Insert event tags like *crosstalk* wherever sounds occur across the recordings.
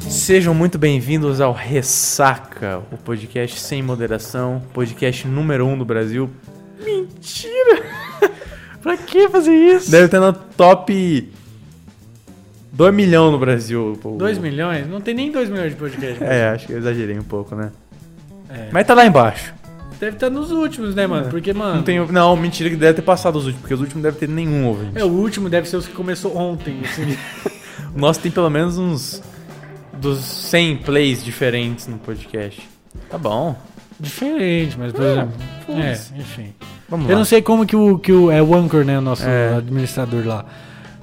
Sejam muito bem-vindos ao Ressaca, o podcast sem moderação, podcast número um do Brasil. Mentira! pra que fazer isso? Deve estar no top 2 milhão no Brasil. o- 2 milhões? Não tem nem 2 milhões de podcast. É, acho que eu exagerei um pouco, né? É. Mas tá lá embaixo. Deve estar nos últimos, né, mano? Porque, mano. É. Não, tem, não, mentira que deve ter passado os últimos, porque os últimos deve ter nenhum ouvinte. É, o último deve ser os que começou ontem, *laughs* assim. O nosso tem pelo menos uns dos 100 plays diferentes no podcast. Tá bom. Diferente, mas. Por É, exemplo, foda-se. é, enfim. Vamos Eu lá. não sei como que o. Que o é o Anchor, né? O nosso É. administrador lá.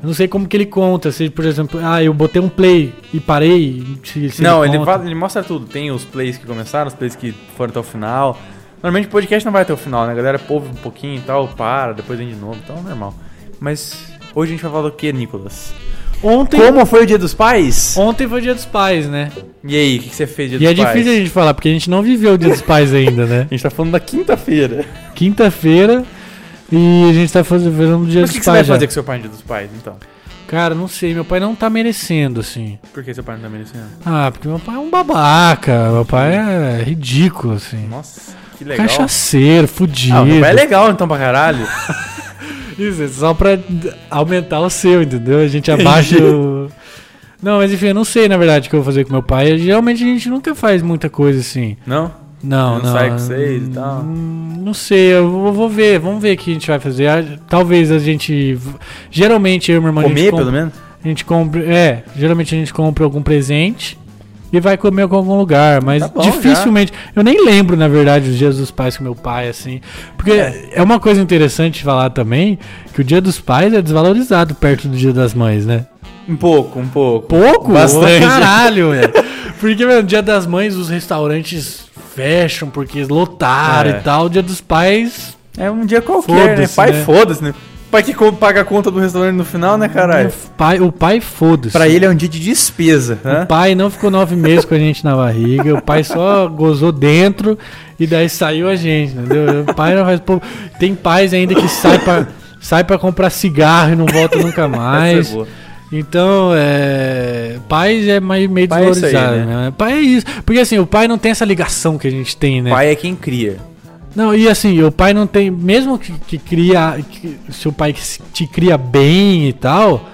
Eu não sei como que ele conta. Se, por exemplo, ah, eu botei um play e parei. se- se não, ele, conta. va- ele mostra tudo. Tem os plays que começaram, os plays que foram até o final. Normalmente o podcast não vai até o final, né? A galera ouve um pouquinho e tal, para, depois vem de novo, então é normal. Mas hoje a gente vai falar do que, Nicolas? Ontem, Como foi o dia dos pais? ontem foi o dia dos pais, né? E aí, o que que você fez dia e dos é pais? difícil a gente falar, porque a gente não viveu o dia dos pais *laughs* ainda, né? A gente tá falando da quinta-feira. Quinta-feira. E a gente tá fazendo fazendo o dia Mas o dos que, que você vai pais. já. fazer com seu pai no dia dos pais, então? Cara, não sei, meu pai não tá merecendo, assim. Por que seu pai não tá merecendo? Ah, porque meu pai é um babaca, meu pai é ridículo, assim. Nossa, que legal. Cachaceiro, fudido. Ah, meu pai é legal então pra caralho. Isso, é só pra d- aumentar o seu, entendeu? A gente *laughs* abaixa o. Não, mas enfim, eu não sei, na verdade, o que eu vou fazer com meu pai. Geralmente a gente nunca faz muita coisa assim. Não? Não, Não não. sai com vocês e tal? Hum, Não sei, eu vou, vou ver, vamos ver o que a gente vai fazer. Ah, Talvez a gente. v- Geralmente eu e meu irmão. a gente Comer, com- pelo menos? A gente compra. É, geralmente a gente compra algum presente e vai comer com algum lugar. Mas Tá bom, dificilmente. Eu nem lembro, na verdade, os dias dos pais com meu pai, assim. Porque é. uma coisa interessante falar também que o dia dos pais é desvalorizado perto do dia das mães, né? Um pouco, um pouco. Pouco? Bastante. Ô, *laughs* caralho, velho. Porque, mano, dia das mães, os restaurantes fecham porque lotaram É. e tal. O dia dos pais. É um dia qualquer, né? Foda-se, Pai, né? foda-se, né? Pai que co- paga a conta do restaurante no final, né, caralho? O pai, o pai foda-se. Pra ele é um dia de despesa, O né? pai não ficou nove meses com a gente na barriga, o pai só gozou dentro e daí saiu a gente, entendeu? O pai não faz. Pô, tem pais ainda que sai pra, sai pra comprar cigarro e não volta nunca *laughs* Essa é mais. boa. Então, é. Pais é mais- meio Pai é isso aí, desvalorizado, né? né? Pai é isso. Porque assim, o pai não tem essa ligação que a gente tem, né? Pai é quem cria. Não, e assim, o pai não tem. Mesmo que, que cria. que- se o pai que se- te cria bem e tal.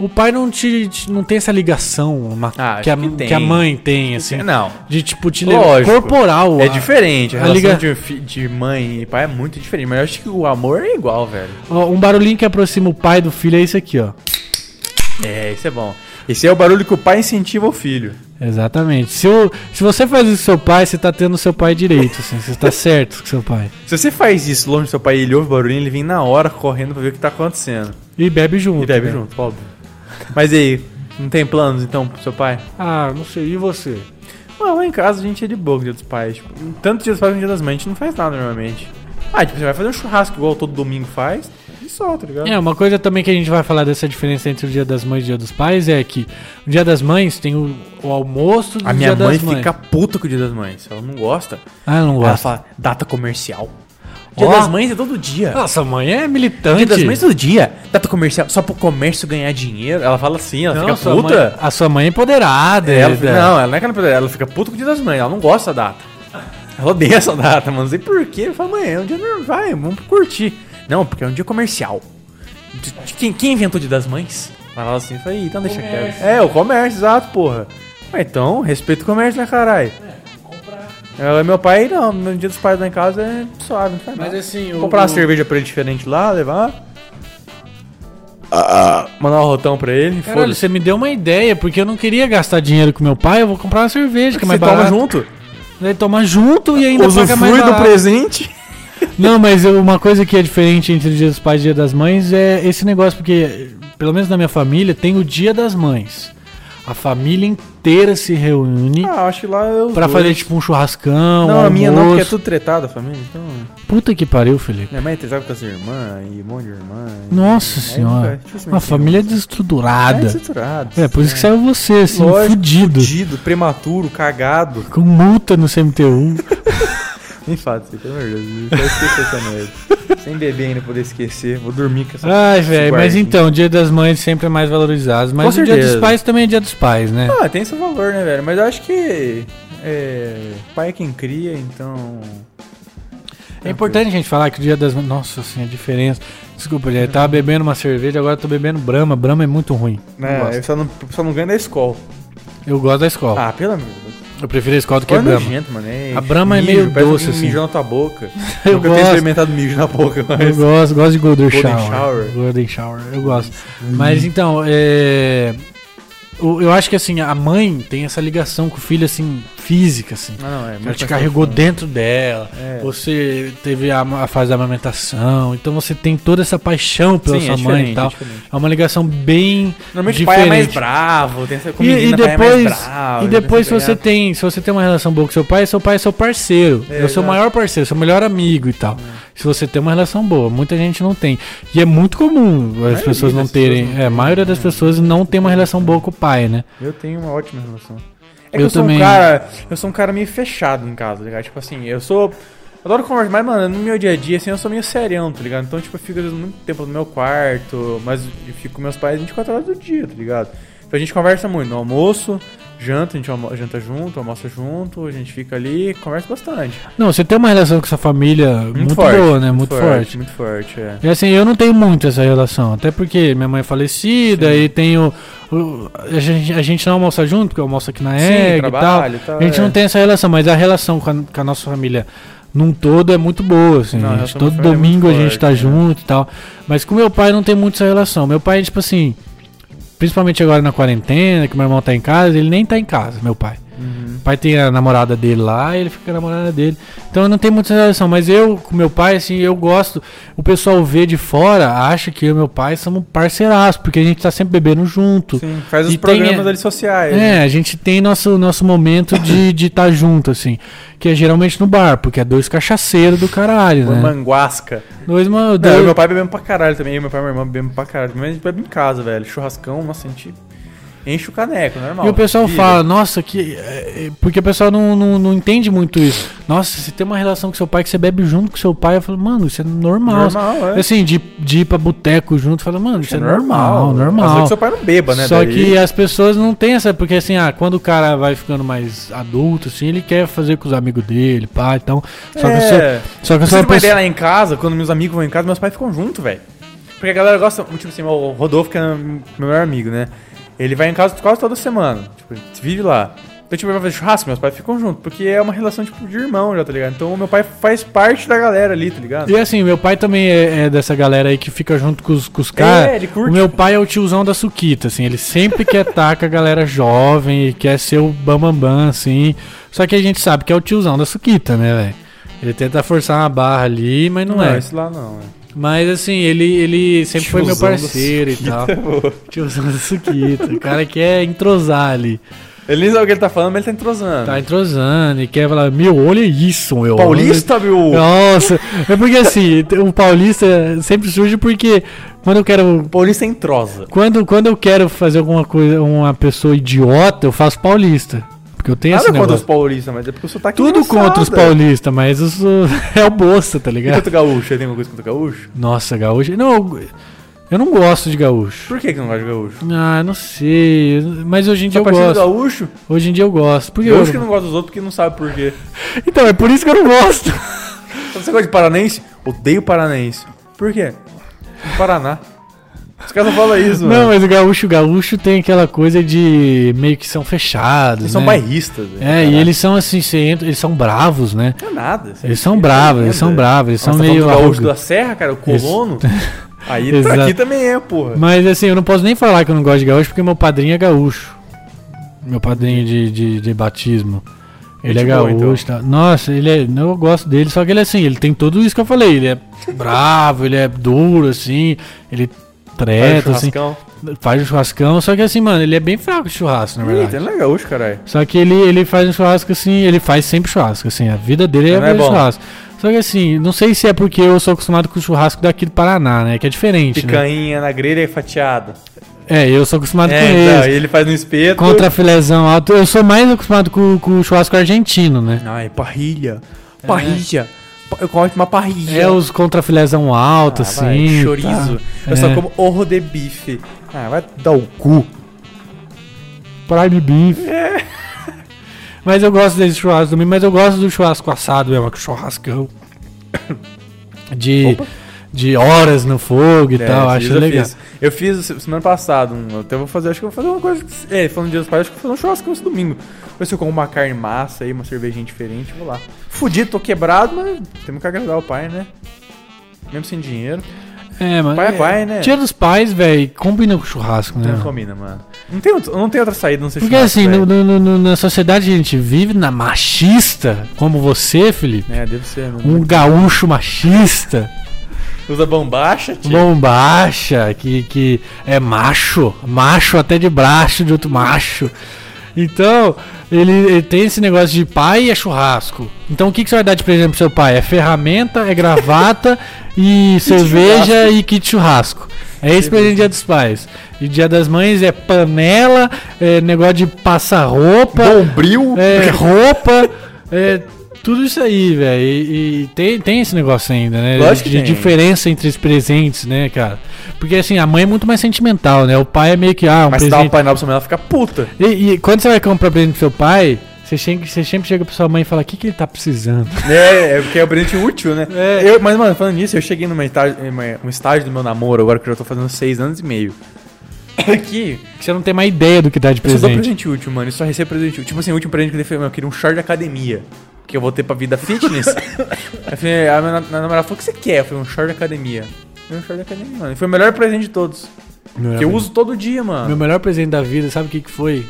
O pai não te, te- não tem essa ligação uma- Ah, acho que, a, que que tem. a mãe tem, assim. É, Não. De tipo, te Lógico. levar corporal. É a- diferente, a a relação liga- de, um fi- de mãe e pai é muito diferente, mas eu acho que o amor é igual, velho. ó, um barulhinho que aproxima o pai do filho é esse aqui, ó. É, isso é bom. Esse é o barulho que o pai incentiva o filho. Exatamente. Se, o- se você faz isso com seu pai, você tá tendo seu pai direito, assim, você tá certo com seu pai. Se você faz isso longe do seu pai e ele ouve o barulhinho, ele vem na hora correndo pra ver o que tá acontecendo. E bebe junto. E bebe né? junto, óbvio. Mas e aí, não tem planos então pro seu pai? Ah, não sei. E você? Mano, lá em casa a gente é de boa com o dia dos pais. Tipo, tanto dia dos pais como dia das mães, a gente não faz nada normalmente. Ah, tipo, você vai fazer um churrasco igual todo domingo faz e só, tá ligado? É, uma coisa também que a gente vai falar dessa diferença entre o Dia das Mães e o Dia dos Pais é que o Dia das Mães tem o, o almoço do A minha Dia mãe das Mães. fica puta com o dia das mães. Ela não gosta. Ah, eu não Ela gosto. fala, data comercial. Dia Ó. das mães é todo dia. Nossa, mãe é militante. Dia das mães é todo dia. Data comercial, só pro comércio ganhar dinheiro. Ela fala assim, ela não, fica sua puta. mãe- a sua mãe é empoderada. É, ela é- fica- não, ela não é que ela, não- ela fica puta com o dia das mães, ela não gosta da data. Ela odeia essa data, mano. Não sei por quê. Eu falo, mãe, é um dia não vai, vamos curtir. Não, porque é um dia comercial. De- de- Quem, quem inventou o dia das mães? Ela fala assim, eu falei, "Ih, então deixa quieto. É, o comércio, exato, porra. Mas então, respeita o comércio, né, caralho? É, meu pai, não, meu dia dos pais lá em casa é suave, não faz Mas nada. assim, Vou o, comprar uma o- cerveja pra ele diferente lá, levar. Mandar um rotão pra ele. Caralho, Foda-se. você me deu uma ideia, porque eu não queria gastar dinheiro com meu pai, eu vou comprar uma cerveja, que é Você mais toma barata. junto? Daí toma junto e ainda paga mais Usufrui do barato. presente. Não, mas eu- uma coisa que é diferente entre o Dia dos Pais e o Dia das Mães é esse negócio, porque, pelo menos na minha família, tem o Dia das Mães. A família inteira se reúne Ah, acho que lá eu. pra fazer tipo um churrascão, Não, um a minha não, porque é almoço. tudo tretado a família. Então. Puta que pariu, Felipe. Minha mãe é tretada com a sua irmã e um monte de irmã. e- Nossa Aí nunca- senhora. dificilmente Uma tem família um. assim, É né? desestruturada. desestruturado. É, por isso que saiu você, assim, Lógico, fudido. Fudido, prematuro, cagado. Com multa no CMTU. *laughs* Nem fato isso aí, pelo amor de Deus. Só esquecer essa merda. Sem beber ainda poder esquecer. Vou dormir com essa Ai, velho, mas guardinha. então, o dia das mães sempre é mais valorizado. Mas Com o dia dos certeza. pais também é dia dos pais, né? Ah, tem seu valor, né, velho? Mas eu acho que. É. Pai é quem cria, então. É importante a gente falar que o dia das mães. Nossa senhora, a diferença. Desculpa, gente, eu tava bebendo uma cerveja, agora eu tô bebendo Brahma. Brahma é muito ruim. Não Né, gosto. eu só não, só não ganho da escola. Eu gosto da escola. Ah, pelo amor de Deus. Eu prefiro a escola do que Escola a é Brahma. nojento, mano. É A Brahma é mijo, meio parece doce, alguém assim. mijou na tua boca. *laughs* Eu Nunca tenho gosto. experimentado mijo na boca, Eu mas. gosto, gosto de Golden, Golden shower. Shower. Uhum. Golden Shower, eu gosto. Mas então, é. o- Eu acho que assim, a mãe tem essa ligação com o filho, assim, física, assim. Ah, não, é. Ela muito mais te carregou profundo. dentro dela. É. Você teve a, a fase da amamentação. Então você tem toda essa paixão pela Sim, é sua mãe diferente, e tal. é diferente. É uma ligação bem. Normalmente diferente. o pai é mais bravo, tem essa E, comidinha, e pai é mais depois, bravo, e depois se tem essa você tem, se você tem uma relação boa com seu pai, seu pai é seu parceiro, é, o seu exato. É. maior parceiro, seu melhor amigo e tal. Se você tem uma relação boa, muita gente não tem. E é muito comum as maioria pessoas não das pessoas terem, não é, a maioria das pessoas não tem uma relação boa com o pai, né? Eu tenho uma ótima relação. É que Eu eu, sou também. um cara. Eu sou um cara meio fechado em casa, tá ligado? Tipo assim, eu sou. eu Adoro conversar, mas, mano, no meu dia a dia, assim, eu sou meio serião, tá ligado? Então, tipo, eu fico às vezes, muito tempo no meu quarto, mas eu fico com meus pais 24 horas do dia, tá ligado? Então a gente conversa muito no almoço, janta, a gente almo- janta junto, almoça junto, a gente fica ali, conversa bastante. Não, você tem uma relação com sua família muito, boa, né? Muito, forte. Muito forte, é. E assim, eu não tenho muito essa relação, até porque minha mãe é falecida e tenho. o- A gente, a gente não almoça junto, porque eu almoço aqui na EG e tal. trabalho e tal, A gente é. não tem essa relação, mas a relação com a, com a nossa família num todo é muito boa, assim. Não, a gente. relação com a todo família é muito domingo a gente forte, tá né? junto e tal. Mas com meu pai não tem muito essa relação. Meu pai, tipo assim, principalmente agora na quarentena, que meu irmão tá em casa, ele nem tá em casa, meu pai. Uhum. O pai tem a namorada dele lá, ele fica com a namorada dele. Então eu não tenho muita relação, mas eu com meu pai, assim, eu gosto. O pessoal vê de fora, acha que eu e meu pai somos parceiraços, porque a gente tá sempre bebendo junto. Sim, faz E os tem, programas é- ali sociais. né? É, a gente tem nosso, nosso momento de estar de tá junto, assim. Que é geralmente no bar, porque é dois cachaceiros do caralho, Uma né? manguasca. Dois, mano, Não, eu e dois, É, meu pai bebemos pra caralho também. Eu, meu pai e minha irmã bebemos pra caralho. Mas a gente bebe em casa, velho. Churrascão, nossa, a gente enche o caneco, normal. E o pessoal Vida. fala, nossa, que. é, é, Porque o pessoal não, não, não entende muito isso. Nossa, você tem uma relação com seu pai que você bebe junto com seu pai. Eu falo, mano, isso é normal. Normal, é. Assim, de, de ir pra boteco junto, fala, mano, isso é, É normal, Só normal. que seu pai não beba, né? Só daí. que as pessoas não têm essa, porque assim, ah, quando o cara vai ficando mais adulto, assim, ele quer fazer com os amigos dele, pá, então. Só que eu sou. É. Só que Pra eu sou Você uma tem uma ideia pessoa. lá em casa, quando meus amigos vão em casa, meus pais ficam juntos, velho. Porque a galera gosta, tipo assim, o Rodolfo, que é meu melhor amigo, né? Ele vai em casa quase toda semana. Tipo, ele vive lá. Então, tipo, ele vai fazer churrasco, meus pais ficam juntos. Porque é uma relação, tipo, de irmão já, tá ligado? Então, meu pai faz parte da galera ali, tá ligado? E assim, meu pai também é, é dessa galera aí que fica junto com os, com os É, caras. ele o curte. meu pai é o tiozão da Suquita, assim, ele sempre quer estar com a galera jovem e quer ser o bambambam, bam, bam, assim. Só que a gente sabe que é o tiozão da Suquita, né, velho? Ele tenta forçar uma barra ali, mas não, é. esse lá não, é. Mas assim, ele, ele sempre foi meu Tiozão da é parceiro e *laughs* tal. Tiozão da Suquita. O cara quer entrosar ali. Ele nem sabe o que ele tá falando, mas ele tá entrosando. Tá entrosando e quer falar, meu, olha isso, meu. Paulista, meu! Nossa, é porque assim, o paulista sempre surge porque quando eu quero. Paulista é entrosa. Quando, quando eu quero fazer alguma coisa, uma pessoa idiota, eu faço paulista. Porque eu tenho Nada esse contra negócio. os paulistas, mas é porque o sotaque é Tudo engraçado. contra os paulistas, mas eu *laughs* sou- é o bolsa, tá E ligado? contra o gaúcho? Você tem alguma coisa contra o gaúcho? Nossa, gaúcho. Não, eu, eu não gosto de gaúcho. Por que que não gosta de gaúcho? Ah, não sei. Mas hoje em Só dia eu partido do gosto. gaúcho? Hoje em dia eu gosto. Porque eu... Gaúcho que não gosta dos outros porque não sabe por quê. Então, é por isso que eu não gosto. Você gosta de paranense? Odeio paranense. Por quê? Paraná. Os caras falam isso, Não, mano. mas o gaúcho, o gaúcho tem aquela coisa de meio que são fechados. Eles são né? bairristas. velho. É, e Caralho. eles são assim, você entra, eles são bravos, né? Não é nada. isso Eles é são isso, bravos, é eles são lenda. bravos, eles Mas tá são falando meio do gaúcho arrogantes. da serra, cara, o Isso. colono. Aí *laughs* Exato. aqui também é, porra. Mas assim, eu não posso nem falar que eu não gosto de gaúcho porque meu padrinho é gaúcho. Meu padrinho de, de, de batismo. Ele é Gente boa, então. gaúcho. tá? Nossa, ele é. Eu gosto dele, só que ele é assim, ele tem tudo isso que eu falei. *laughs* Ele é bravo, ele é duro, assim, ele Faz o treta, assim, churrascão. faz o churrascão, só que assim, mano, ele é bem fraco de churrasco, na verdade. Eita, ele não é gaúcho, caralho. Só que ele, ele faz um churrasco assim, ele faz sempre churrasco, assim, a vida dele é, Não é fazer bom. churrasco. Só que assim, não sei se é porque eu sou acostumado com o churrasco daqui do Paraná, né? Que é diferente, né? Picanha na grelha e fatiada. É, eu sou acostumado com É, então, esse. ele faz no espeto. Contra filézão alto, eu sou mais acostumado com, com o churrasco argentino, né? Ai, parrilha. Parrilha. Pa- Eu como uma parrilha. É os contrafilézão alto, Ah, vai, assim. chorizo. tá. Eu só É. como orro de bife. Ah, vai dar o cu. Prime beef. É. *laughs* Mas eu gosto desse churrasco também, mas eu gosto do churrasco assado mesmo, que churrascão. *coughs* De, de horas no fogo e É, tal, esses Então, acho eu legal. Fiz. Eu fiz se- semana passada, um, eu até vou fazer, acho que eu vou fazer uma coisa. É, falando de dias dos pais, acho que eu vou fazer um churrasco esse domingo. Ver se eu como uma carne massa aí, uma cervejinha diferente, vou lá. Fudido, tô quebrado, mas temos que agradar o pai, né? Mesmo sem dinheiro. É, mas. Pai é pai, né? É, Dia dos pais, velho, combina com churrasco, né? Não combina, mano. Não tem, outro- não tem outra saída, não sei Porque assim, no- no- no- na sociedade que a gente vive, na machista, como você, Felipe, É, deve ser, né? um gaúcho machista, Usa bombacha, tio. bombacha, que, que é macho, macho até de braço de outro macho. Então, ele, ele tem esse negócio de pai e é churrasco. Então, o que, que você vai dar de presente pro seu pai? É ferramenta, é gravata e cerveja e kit churrasco. É esse presente do dia dos pais. E dia das mães é panela, é negócio de passar roupa. Bombril. *laughs* É, tá, roupa, é, tudo isso aí, velho. E, e tem, tem esse negócio ainda, né? Lógico que de tem. diferença entre os presentes, né, cara? Porque assim, a mãe é muito mais sentimental, né? O pai é meio que, ah, um Mas se dá um presente. painel pra sua mãe, ela fica puta. E, e quando você vai comprar presente pro seu pai, você sempre, você sempre chega pra sua mãe e fala: o que, que ele tá precisando? *laughs* É, é porque é um presente útil, né? É. Eu- mas, mano, falando nisso, eu cheguei num estágio, em uma- um estágio do meu namoro, agora que eu já tô fazendo seis anos e meio. *coughs* Aqui, Que você não tem mais ideia do que dá de eu só dou presente. presente útil, mano. Eu só recebo presente útil. Tipo assim, o último presente que eu dei foi, mano, eu queria um short de academia. Que eu vou ter pra vida *laughs* fitness. Aí eu falei, a minha na- minha namorada falou, o que você quer? Eu falei, um short de academia. Foi um short de academia, mano. E foi o melhor presente de todos. Meu Que eu melhor- uso todo dia, mano. É. Meu melhor presente da vida, sabe o que, que foi?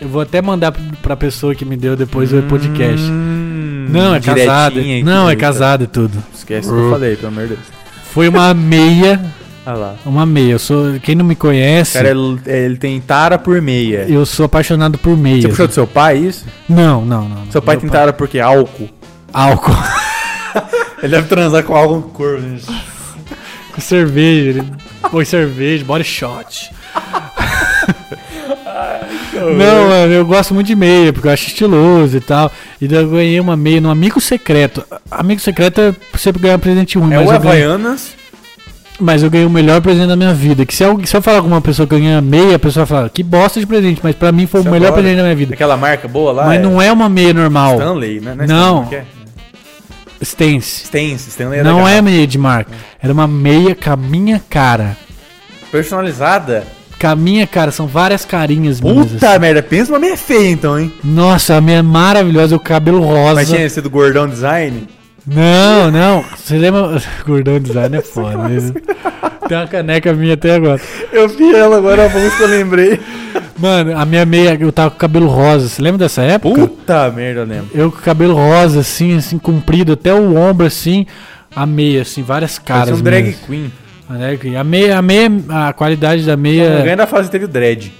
Eu vou até mandar pra- pra pessoa que me deu depois o podcast. Hum, Não, é direitinho casado. aqui, Não, é eita. casado e tudo. Esquece o que eu falei, pelo amor de Deus. Foi uma meia Olha lá. Uma meia. Eu sou. Quem não me O conhece, cara, é ele, ele tem tara por meia. eu sou apaixonado por meia. Você puxou do seu pai isso? Não, não, não. não. Seu pai Meu tem tara porque álcool. Álcool. *laughs* Ele deve transar com álcool no corpo. né? Com cerveja. Ele põe cerveja, body shot. Não, mano, eu gosto muito de meia, porque eu acho estiloso e tal. E daí eu ganhei uma meia no Amigo Secreto. Amigo Secreto é sempre ganhar um presente ruim, É mas, o eu ganhei, Havaianas. mas eu ganhei o melhor presente da minha vida. Que se eu, se eu falar com uma pessoa que eu ganhei uma meia, a pessoa fala, que bosta de presente, mas pra mim foi Você o melhor adora. presente da minha vida. Aquela marca boa lá. mas é não é uma meia normal. Stanley, né? é Não. Stanley, como Stance. que é? Stance, Stanley Não é legal. meia de marca. Era uma meia com a minha cara. Personalizada. Com a minha cara, são várias carinhas minhas. Puta assim. merda, pensa uma meia feia então, hein? Nossa, a minha é maravilhosa, o cabelo rosa. Mas tinha sido gordão design. Não, não. Você lembra. *laughs* *laughs* Gordão design é foda. né? Tem uma caneca minha até agora. Eu vi ela agora, vamos que eu lembrei. Mano, a minha meia, eu tava com o cabelo rosa. Você lembra dessa época? Puta merda, eu lembro. Eu com o cabelo rosa, assim, assim, comprido, até o ombro, assim. A meia, assim, várias caras. Parecia um drag minhas. queen. A drag queen. A meia, a meia, a qualidade da meia. O ganho da fase teve o dread.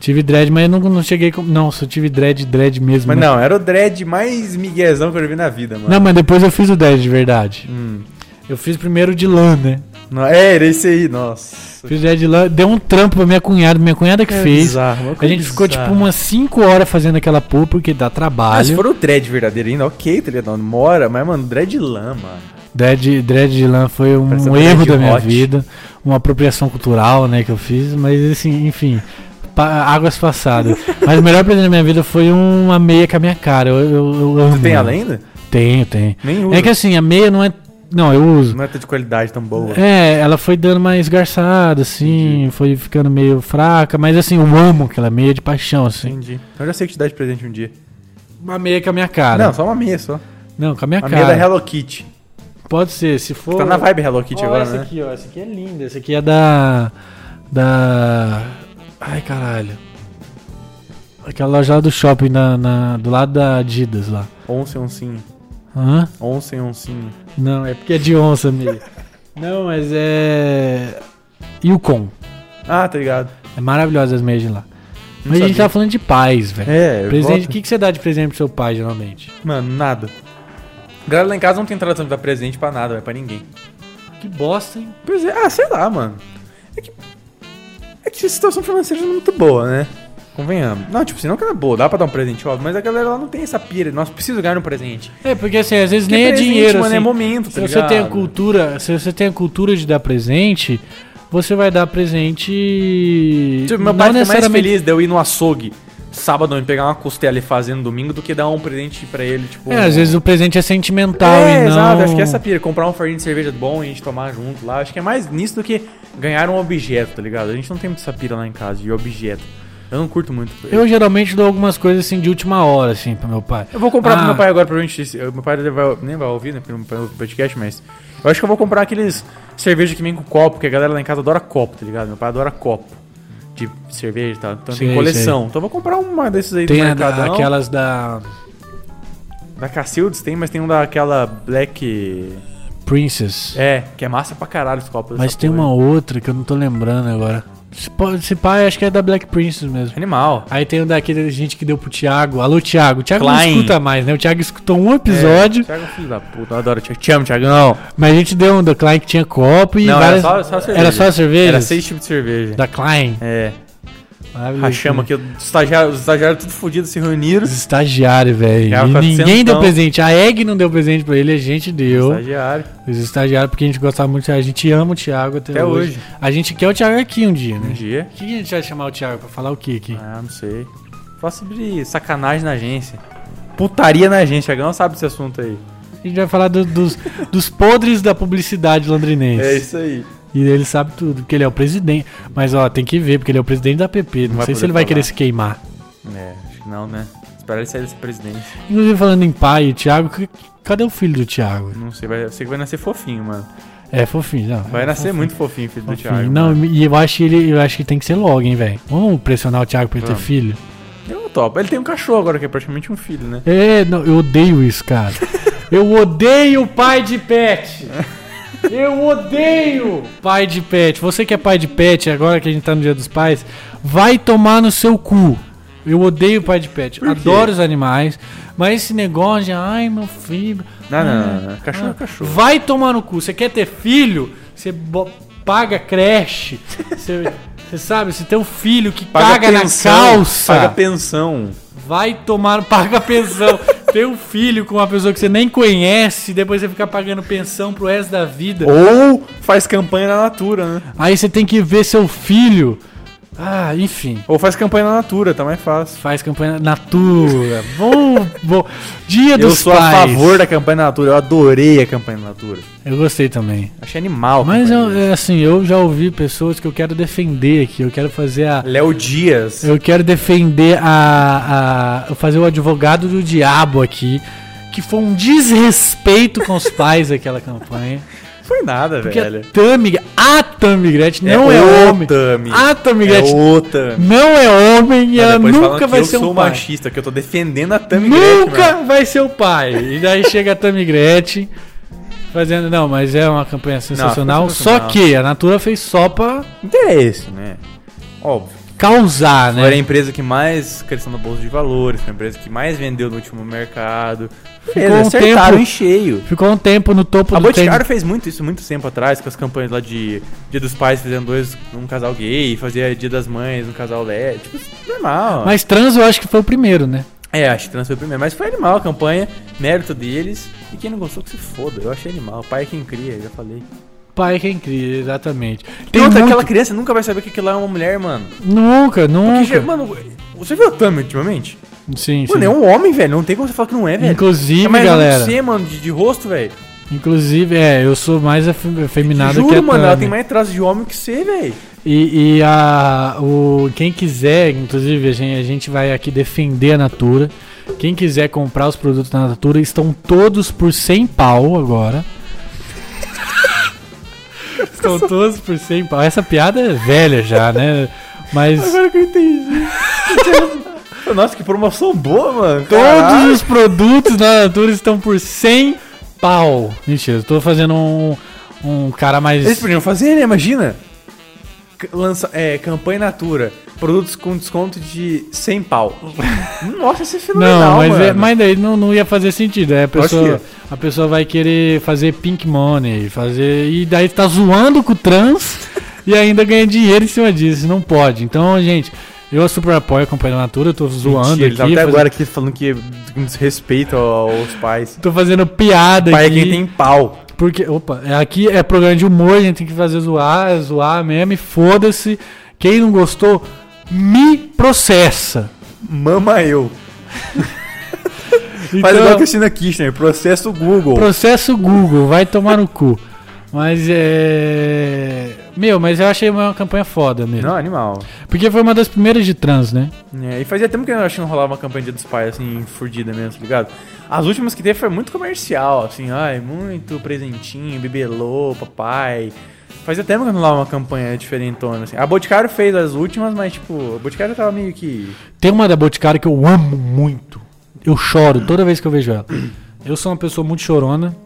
Tive dread, mas eu não, não cheguei com. Não, só tive dread, dread mesmo. Mas né? não, era o dread mais miguezão que eu já vi na vida, mano. Não, mas depois eu fiz o dread de verdade. Hum. Eu fiz primeiro de lã, né? Não, é, era esse aí, nossa. Fiz dread de lã, deu um trampo pra minha cunhada, minha cunhada É que fez. A gente ficou tipo umas 5 horas fazendo aquela porra porque dá Ah, se trabalho. for o dread verdadeiro ainda, ok, tá ligado? Mora, mas, mano, dread lã, mano. Dread, dread de lã foi um Parece um erro dread da minha hot. vida, uma apropriação cultural, né, que eu fiz, mas assim, enfim, pa- águas *laughs* passadas. mas o melhor presente da minha vida foi uma meia com a minha cara. Eu, eu, eu amo. Você tem ela ainda? Tenho, tenho. Nem usa. É que assim, a meia não é. Não, eu uso. Não é de qualidade tão boa. É, ela foi dando uma esgarçada, assim, foi ficando meio fraca, mas assim, eu amo aquela meia de paixão, assim. Entendi. Então, Eu já sei que te dá de presente um dia. Uma meia com a minha cara. Não, só uma meia só. Não, com a minha Uma meia cara. da Hello Kitty. Pode ser, se for. Tá na vibe Hello Kitty Ó, agora, essa né? aqui, ó, essa aqui é linda, essa aqui é da. Da. Ai, caralho. Aquela loja lá do shopping, na, na- do lado da Adidas lá. Once oncinho. Hã? Once oncinho. Não, é porque é de onça, *laughs* a meia. Não, mas é. Yukon. Ah, tá ligado. É maravilhosa as meias de lá. Não Mas a gente sabia. tá falando de paz, velho. É, Presente, o volta- que, que você dá de presente pro seu pai, geralmente? Mano, nada. Galera lá em casa não tem tradição de dar presente pra nada, velho, pra ninguém. Que bosta, hein? Pois é, ah, sei lá, mano. É que, é que a situação financeira não é muito boa, né? Convenhamos. Não, tipo, assim, não que ela é boa, dá pra dar um presente, óbvio, mas a galera lá não tem essa pira. Nós precisamos ganhar um presente. É, porque assim, às vezes Porque nem é presente, dinheiro. mano, assim. é momento, tá se você tem a ligado? cultura, se você tem a cultura de dar presente, você vai dar presente. Tipo, meu pai fica não mais necessariamente- feliz de eu ir no açougue sábado e pegar uma costela e fazer no domingo do que dar um presente pra ele, tipo. É, às vezes o presente é sentimental É, e não. exato, acho que essa pira, comprar um fardinho de cerveja bom e a gente tomar junto lá, acho que é mais nisso do que ganhar um objeto, tá ligado? A gente não tem muito essa pira lá em casa de objeto. Eu não curto muito. Eu geralmente dou algumas coisas assim de última hora, assim, pro meu pai. Eu vou comprar pro Ah. meu pai agora, provavelmente. esse- Meu pai vai- nem vai ouvir, né? Porque não vai ouvir o podcast, mas. Eu acho que eu vou comprar aqueles cerveja que vem com copo, porque a galera lá em casa adora copo, tá ligado? Meu pai adora copo de cerveja e tal. Então Sei, tem coleção. Então eu vou comprar uma desses aí Tem do a da- Mercadão. aquelas da Da Cacildes tem, mas tem um daquela Black. Princess. É, que é massa pra caralho os copos. mas dessa tem porra. uma outra que eu não tô lembrando agora. Esse pa- Esse pai acho que é da Black Princess mesmo. Animal. Aí tem o daquele gente que deu pro Thiago. Alô, Thiago. O Thiago não Klein. escuta mais, né? O Thiago escutou um episódio, É, Thiago, filho da puta, eu adoro. Thiago. Te amo, Thiagão. mas a gente deu um da Klein que tinha copo e várias... Era só a cerveja? Era seis tipos de cerveja. Da Klein. É. Maravilhoso. Rachamos aqui, os estagiários, os estagiários tudo fodidos se reuniram. Os estagiários, velho. Cara, E Ninguém 400. deu presente. A Egg não deu presente pra ele, a gente deu. Estagiário. Os estagiários, porque a gente gostava muito. do Thiago. A gente ama o Thiago até, Até hoje. hoje. A gente quer o Thiago aqui um dia, Um né? dia. O que que a gente vai chamar o Thiago pra falar o que aqui? Ah, não sei. Fala sobre sacanagem na agência. Putaria na agência. Thiagão sabe desse assunto aí. A gente vai falar do- dos, dos podres da publicidade londrinense. É aí. E ele sabe tudo, porque ele é o presidente. Mas ó, tem que ver, porque ele é o presidente da PP. Não, Não vai sei se poder ele vai falar. querer se queimar. É, acho que não, né? Espero ele sair desse presidente. Inclusive, falando em pai e Thiago, c- cadê o filho do Thiago? Não sei, vai, eu sei que vai nascer fofinho, mano. É fofinho, não. Vai é nascer fofinho, muito fofinho, filho do fofinho. Thiago. né? Não, mano. e eu acho que ele eu acho que tem que ser logo, hein, velho. Vamos pressionar o Thiago pra ele ter Vamos. filho. Eu não topo. Ele tem um cachorro agora, que é praticamente um filho, né? É, não, eu odeio isso, cara. eu odeio pai de pet. Eu odeio pai de pet. Você que é pai de pet, agora que a gente tá no Dia dos Pais, vai tomar no seu cu. Eu odeio pai de pet. Adoro os animais, mas esse negócio de, ai, meu filho. Não, não, ai, não, não. Cachorro Ah. é cachorro. Vai tomar no cu. Você quer ter filho? Você bo- paga creche. Você, você sabe, você tem um filho que caga pensão, na calça. Paga pensão. Vai tomar, *laughs* paga pensão. Ter um filho com uma pessoa que você nem conhece, depois você ficar pagando pensão pro resto da vida. Ou faz campanha na Natura, né? Aí você tem que ver seu filho. Ah, enfim. Ou faz campanha na Natura, tá mais fácil. Faz campanha Natura. Bom, bom. Dia Eu dos sou pais. a favor da campanha na Natura. Eu adorei a campanha na Natura. Eu gostei também. Achei animal. a Mas campanha eu, deles. é assim, eu já ouvi pessoas que eu quero defender aqui. Eu quero fazer a. Léo Dias. Eu quero defender a, a- fazer o advogado do diabo aqui. Que foi um desrespeito com os pais aquela campanha. Foi nada, Porque velho. a Tammy, a Tammy Gretchen não é, o homem. Tami. A Tammy É Gretchen o Tami. não é homem e Mas ela depois falam nunca que vai eu ser sou um pai. machista, que eu tô defendendo a Tami Nunca Gretchen, mano. vai ser o pai. E daí chega a Tammy Gretchen fazendo. Não, mas é uma campanha sensacional. só sensacional. que a Natura fez só pra Interesse, né? Óbvio. causar, né? Foi a empresa que mais cresceu na bolsa de valores, foi a empresa que mais vendeu no último mercado. Eles um acertaram tempo- em cheio. Ficou um tempo no topo A do trend- Boticário fez muito isso muito tempo atrás, com as campanhas lá de Dia dos Pais fazendo dois, um casal gay, fazia Dia das Mães, um casal lé. Tipo, isso é normal. Mas trans eu acho que foi o primeiro, né? É, acho que trans foi o primeiro. Mas foi animal a campanha, mérito deles. E quem não gostou que se foda. Eu achei animal. O pai é quem cria, já falei. Pai quem cria, exatamente. Tem Tem outra, muito... aquela criança nunca vai saber que aquilo lá é uma mulher, mano. Nunca, Que, nunca. ge- mano, você viu a Tami ultimamente? Sim, sim. Mano, é um homem, velho. Não tem como você falar que não é, velho. Inclusive, é mais velho galera. que Você, mano, de, de rosto, velho. Inclusive, é, eu sou mais afem- afeminado Juro, que é a mano, Tami. ela tem mais traço de homem que você, velho. E, e a, o, quem quiser, inclusive, a gente, a gente vai aqui defender a Natura. Quem quiser comprar os produtos da Natura, estão todos por 100 pau *laughs* agora. estão todos por 100 pau. Essa piada é velha já, né? Mas que eu entendi. *laughs* Nossa, que promoção boa, mano. todos Caralho. os produtos da Natura estão por 100 pau. Mentira, eu tô fazendo um, um cara mais... Eles podiam fazer, né? Imagina. C- Lança, é, campanha Natura. Produtos com desconto de 100 pau. *laughs* Nossa, isso é fenomenal, Não, mas, mano. é, mas daí não, não ia fazer sentido. Aí a acho pessoa, a pessoa vai querer fazer pink money, fazer. E daí tá zoando com o trans e ainda ganha dinheiro em cima disso. Não pode. Então, gente, Eu super apoio a Companhia da Natura, eu tô zoando Mentira, ele aqui. tava até fazendo- agora aqui falando que com desrespeito ao- aos pais. Tô fazendo piada Pai é aqui. quem tem pau. Porque, opa, é- aqui é programa de humor, a gente tem que fazer zoar, é zoar mesmo, e foda-se. Quem não gostou, me processa. Mama eu. Faz Então, igual a Cristina Kirchner, processa o Google. Processo Google, vai tomar no cu. Mas é. Meu, mas eu achei uma campanha foda mesmo. Não, animal. Porque foi uma das primeiras de trans, né? É, e fazia tempo que eu acho que não rolava uma campanha de Dia dos pais, assim, fudida mesmo, tá ligado? As últimas que teve foi muito comercial, assim, ai, muito presentinho, bibelô, papai. Fazia tempo que não rolava uma campanha diferentona, assim. A Boticário fez as últimas, mas, tipo, a Boticário tava meio que... Tem uma da Boticário que eu amo muito. Eu choro toda vez que eu vejo ela. Eu sou uma pessoa muito chorona.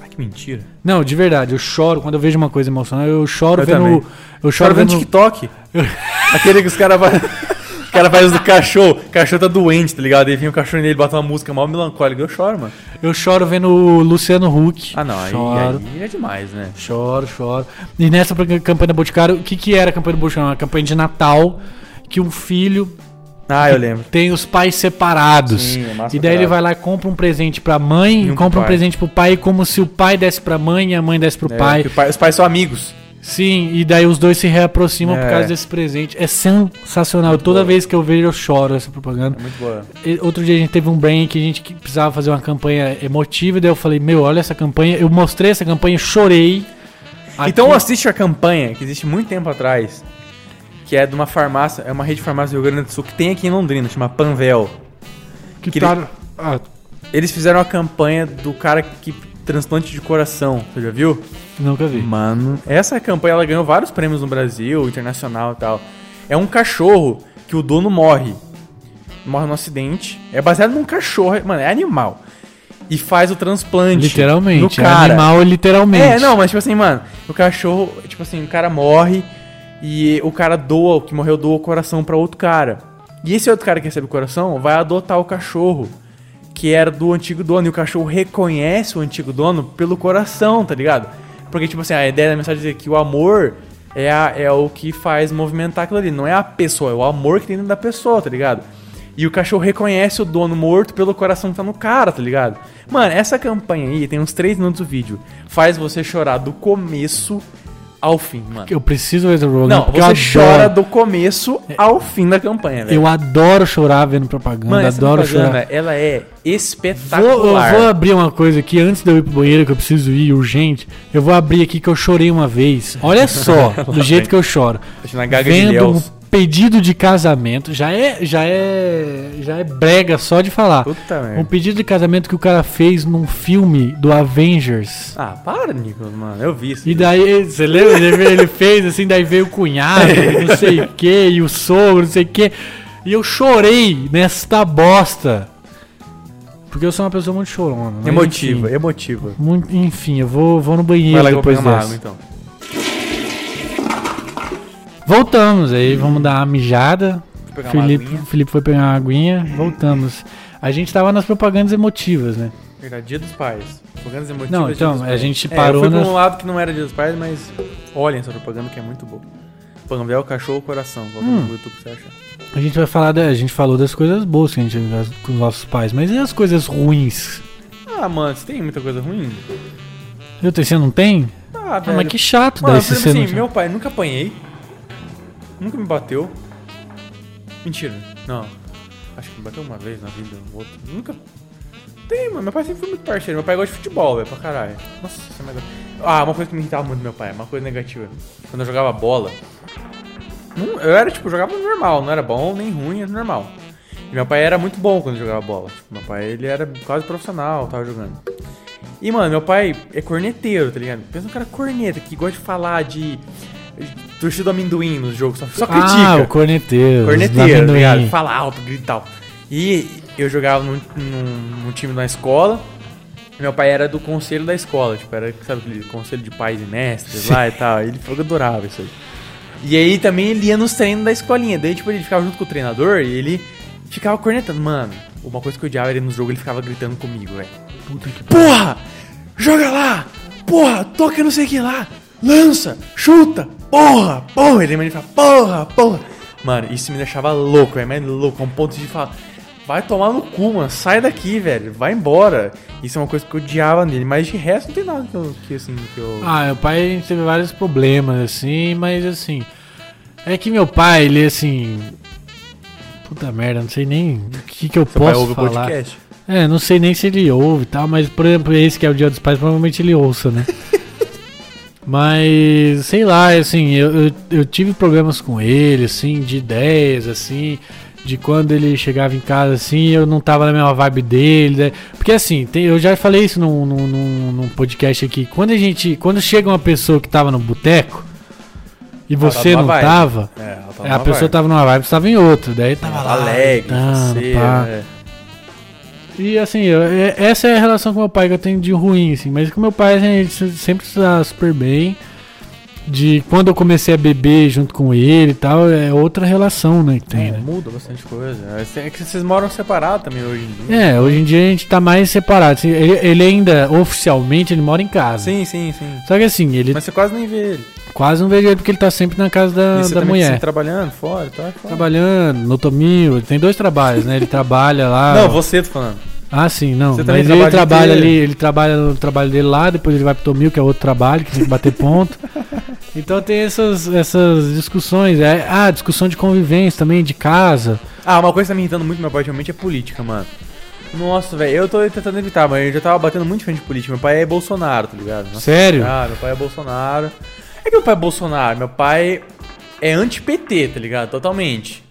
Ai, que mentira. Não, de verdade, eu choro quando eu vejo uma coisa emocionante. Eu choro Eu vendo. também. Eu Chora choro vendo *laughs* vendo. TikTok. Aquele que os caras vai... O cara faz do cachorro, o cachorro tá doente, tá ligado? Aí vem o cachorro nele, bota uma música mal melancólica, eu choro, mano. Eu choro vendo o Luciano Huck. Ah não, aí, choro. aí é demais, né? Choro, choro. E nessa pro- campanha da Boticário, o que, que era a campanha do Boticário? Uma campanha de Natal que um filho Ah, eu lembro. tem os pais separados. Sim, é massa e daí pra ele caralho. vai lá e compra um presente pra mãe, E um compra pro um pai. presente pro pai, como se o pai desse pra mãe e a mãe desse pro É, pai. que o pai- Os pais são amigos. Sim, e daí os dois se reaproximam por É. causa desse presente. É sensacional. Toda boa. vez que eu vejo, eu choro essa propaganda. É muito boa. E Outro dia a gente teve um brain que a gente que precisava fazer uma campanha emotiva, e daí eu falei, meu, olha essa campanha. Eu mostrei essa campanha, chorei. Aqui- Então assiste a campanha que existe muito tempo atrás, que é de uma farmácia, é uma rede de farmácia do Rio Grande do Sul que tem aqui em Londrina, chama Panvel. que que tá- ele- Ah, Eles fizeram a campanha do cara que transplante de coração, você já viu? nunca vi. Mano, essa campanha ela ganhou vários prêmios no Brasil, internacional e tal. É um cachorro que o dono morre. Morre num acidente. É baseado num cachorro, mano, é animal. E faz o transplante. No Literalmente, é cara. animal literalmente. É, não, mas tipo assim, mano, o cachorro, tipo assim, o cara morre e o cara doa, o que morreu doa o coração pra outro cara. E esse outro cara que recebe o coração vai adotar o cachorro, que era do antigo dono, e o cachorro reconhece o antigo dono pelo coração, tá ligado? Porque, tipo assim, a ideia da mensagem é que o amor é, a- é o que faz movimentar aquilo ali, não é a pessoa, é o amor que tem dentro da pessoa, tá ligado? E o cachorro reconhece o dono morto pelo coração que tá no cara, tá ligado? Mano, essa campanha aí tem uns 3 minutos do vídeo. Faz você chorar do começo ao fim, mano. Eu preciso ver essa propaganda. Não, porque eu você adoro. É. chora do começo ao fim da campanha, velho. Eu adoro chorar vendo propaganda, Mano, É. essa adoro propaganda, chorar. ela é Vou, eu espetacular. vou abrir uma coisa aqui antes de eu ir pro banheiro, que eu preciso ir urgente. Eu vou abrir aqui que eu chorei uma vez. *laughs* Olha só, do jeito que eu choro. Acho na gaga de Vendo um Deus. pedido de casamento, já é, já é, já é brega só de falar. Puta Um merda. pedido de casamento que o cara fez num filme do Avengers. Ah, para, Nicolas, mano. Eu vi isso. E daí, você lembra? Ele, ele fez assim, daí veio o cunhado, É. não sei o que, e o sogro, não sei o que. E eu chorei nesta bosta. Porque eu sou uma pessoa muito chorona. mas Emotiva, Enfim, emotiva. muito, enfim eu vou, vou no banheiro Vai lá que eu vou depois pegar uma dessa. água, então. Voltamos aí, vamos dar uma mijada. pegar uma Felipe, aguinha. Felipe foi pegar uma aguinha, voltamos. A gente tava nas propagandas emotivas, né? Verdade, Dia dos Pais. Propagandas emotivas. Não, Dia então, dos a Pais. gente É, parou eu fui nas- pra um lado que não era Dia dos Pais, mas olhem essa propaganda que é muito boa. Panvel, cachorro, coração. Coloca Hum. no YouTube pra você achar. A gente vai falar, da, a gente falou das coisas boas que a gente teve com os nossos pais, mas e as coisas ruins? Ah, mano, você tem muita coisa ruim? Eu te- você não tem? Ah, Ah, velho. mas que chato Mano, daí eu se lembro você assim, não... meu pai nunca apanhei. Nunca me bateu. Mentira, não. Acho que me bateu uma vez na vida, outra. Nunca. Tem, mano. Meu pai sempre foi muito parceiro. Meu pai gosta de futebol, velho, pra caralho. Nossa, isso é mais. Ah, uma coisa que me irritava muito do meu pai, uma coisa negativa. Quando eu jogava bola. não- Eu era, tipo, jogava normal, não era bom nem ruim, era normal. E meu pai era muito bom quando jogava bola. Tipo, meu pai, ele era quase profissional, tava jogando. E, mano, meu pai é corneteiro, tá ligado? Pensa um cara corneta que gosta de falar de. de torcida do amendoim nos jogos, só, só critica. Ah, o corneteiro. Corneteiro, tá amendoim. ligado? Fala alto, grita e tal. E eu jogava num, num- num time na escola. Meu pai era do conselho da escola, tipo, era, sabe, aquele conselho de pais e mestres lá e tal. Ele falou que adorava isso aí. E aí também ele ia nos treinos da escolinha. Daí, tipo, ele ficava junto com o treinador e ele ficava cornetando. Mano, uma coisa que eu odiava era no jogo, ele ficava gritando comigo, velho. Porra! Joga lá! Porra, toca não sei o que lá! Lança! Chuta! Porra! Porra! Ele manda e fala, porra, porra! Mano, isso me deixava louco, velho, mas louco, a um ponto de falar, vai tomar no cu, mano, sai daqui, velho, vai embora. Isso é uma coisa que eu odiava nele, mas de resto não tem nada que, eu, que assim, que eu... Ah, meu pai a gente teve vários problemas, assim, mas assim. É que meu pai, ele assim. Puta merda, não sei nem o que, que eu Seu pai posso ouve o falar. podcast. É, não sei nem se ele ouve e tal, mas por exemplo, esse que é o Dia dos Pais, provavelmente ele ouça, né? mas, sei lá, assim, eu, eu, eu tive problemas com ele, assim, de ideias, assim, de quando ele chegava em casa, assim, eu não tava na mesma vibe dele, né? Porque assim, tem- eu já falei isso num, num, num- num podcast aqui, quando a gente. Quando chega uma pessoa que tava no boteco e Ela tá você numa não vibe. tava, É, ela tá é, a numa pessoa vibe. tava numa vibe, você tava em outra, daí tava lá. alegre, gritando, faceira, pá. é. E assim, eu- é- essa é a relação com meu pai que eu tenho de ruim, assim. Mas com meu pai, assim, a gente sempre se dá super bem. De quando eu comecei a beber junto com ele e tal, é outra relação, né, que tem, É, né? Muda bastante coisa. É que vocês moram separados também hoje em dia. É, hoje em dia a gente tá mais separado. assim, ele, ele ainda, oficialmente, ele mora em casa. Sim, sim, sim. Só que assim, ele Mas você quase nem vê ele. quase não vejo ele porque ele tá sempre na casa da, e você também da tá mulher. sempre trabalhando fora, tá? Fora. Trabalhando, no Tomil, ele tem dois trabalhos, né? Ele trabalha lá. Não, você tô falando. Ah, sim, não. Você também Mas trabalha ele o dia trabalha inteiro. ali, ele trabalha no trabalho dele lá, depois ele vai pro Tomil, que é outro trabalho, que tem que *laughs* bater ponto. Então tem essas, essas discussões. é- ah, discussão de convivência também, de casa. Ah, uma coisa que tá me irritando muito meu pai ultimamente é política, mano. Nossa, velho, eu tô tentando evitar, mas eu já tava batendo muito de frente de política. Meu pai é Bolsonaro, tá ligado? Nossa, Sério? Ah, meu pai é Bolsonaro. É que meu pai é Bolsonaro, meu pai é anti-PT, tá ligado? Totalmente.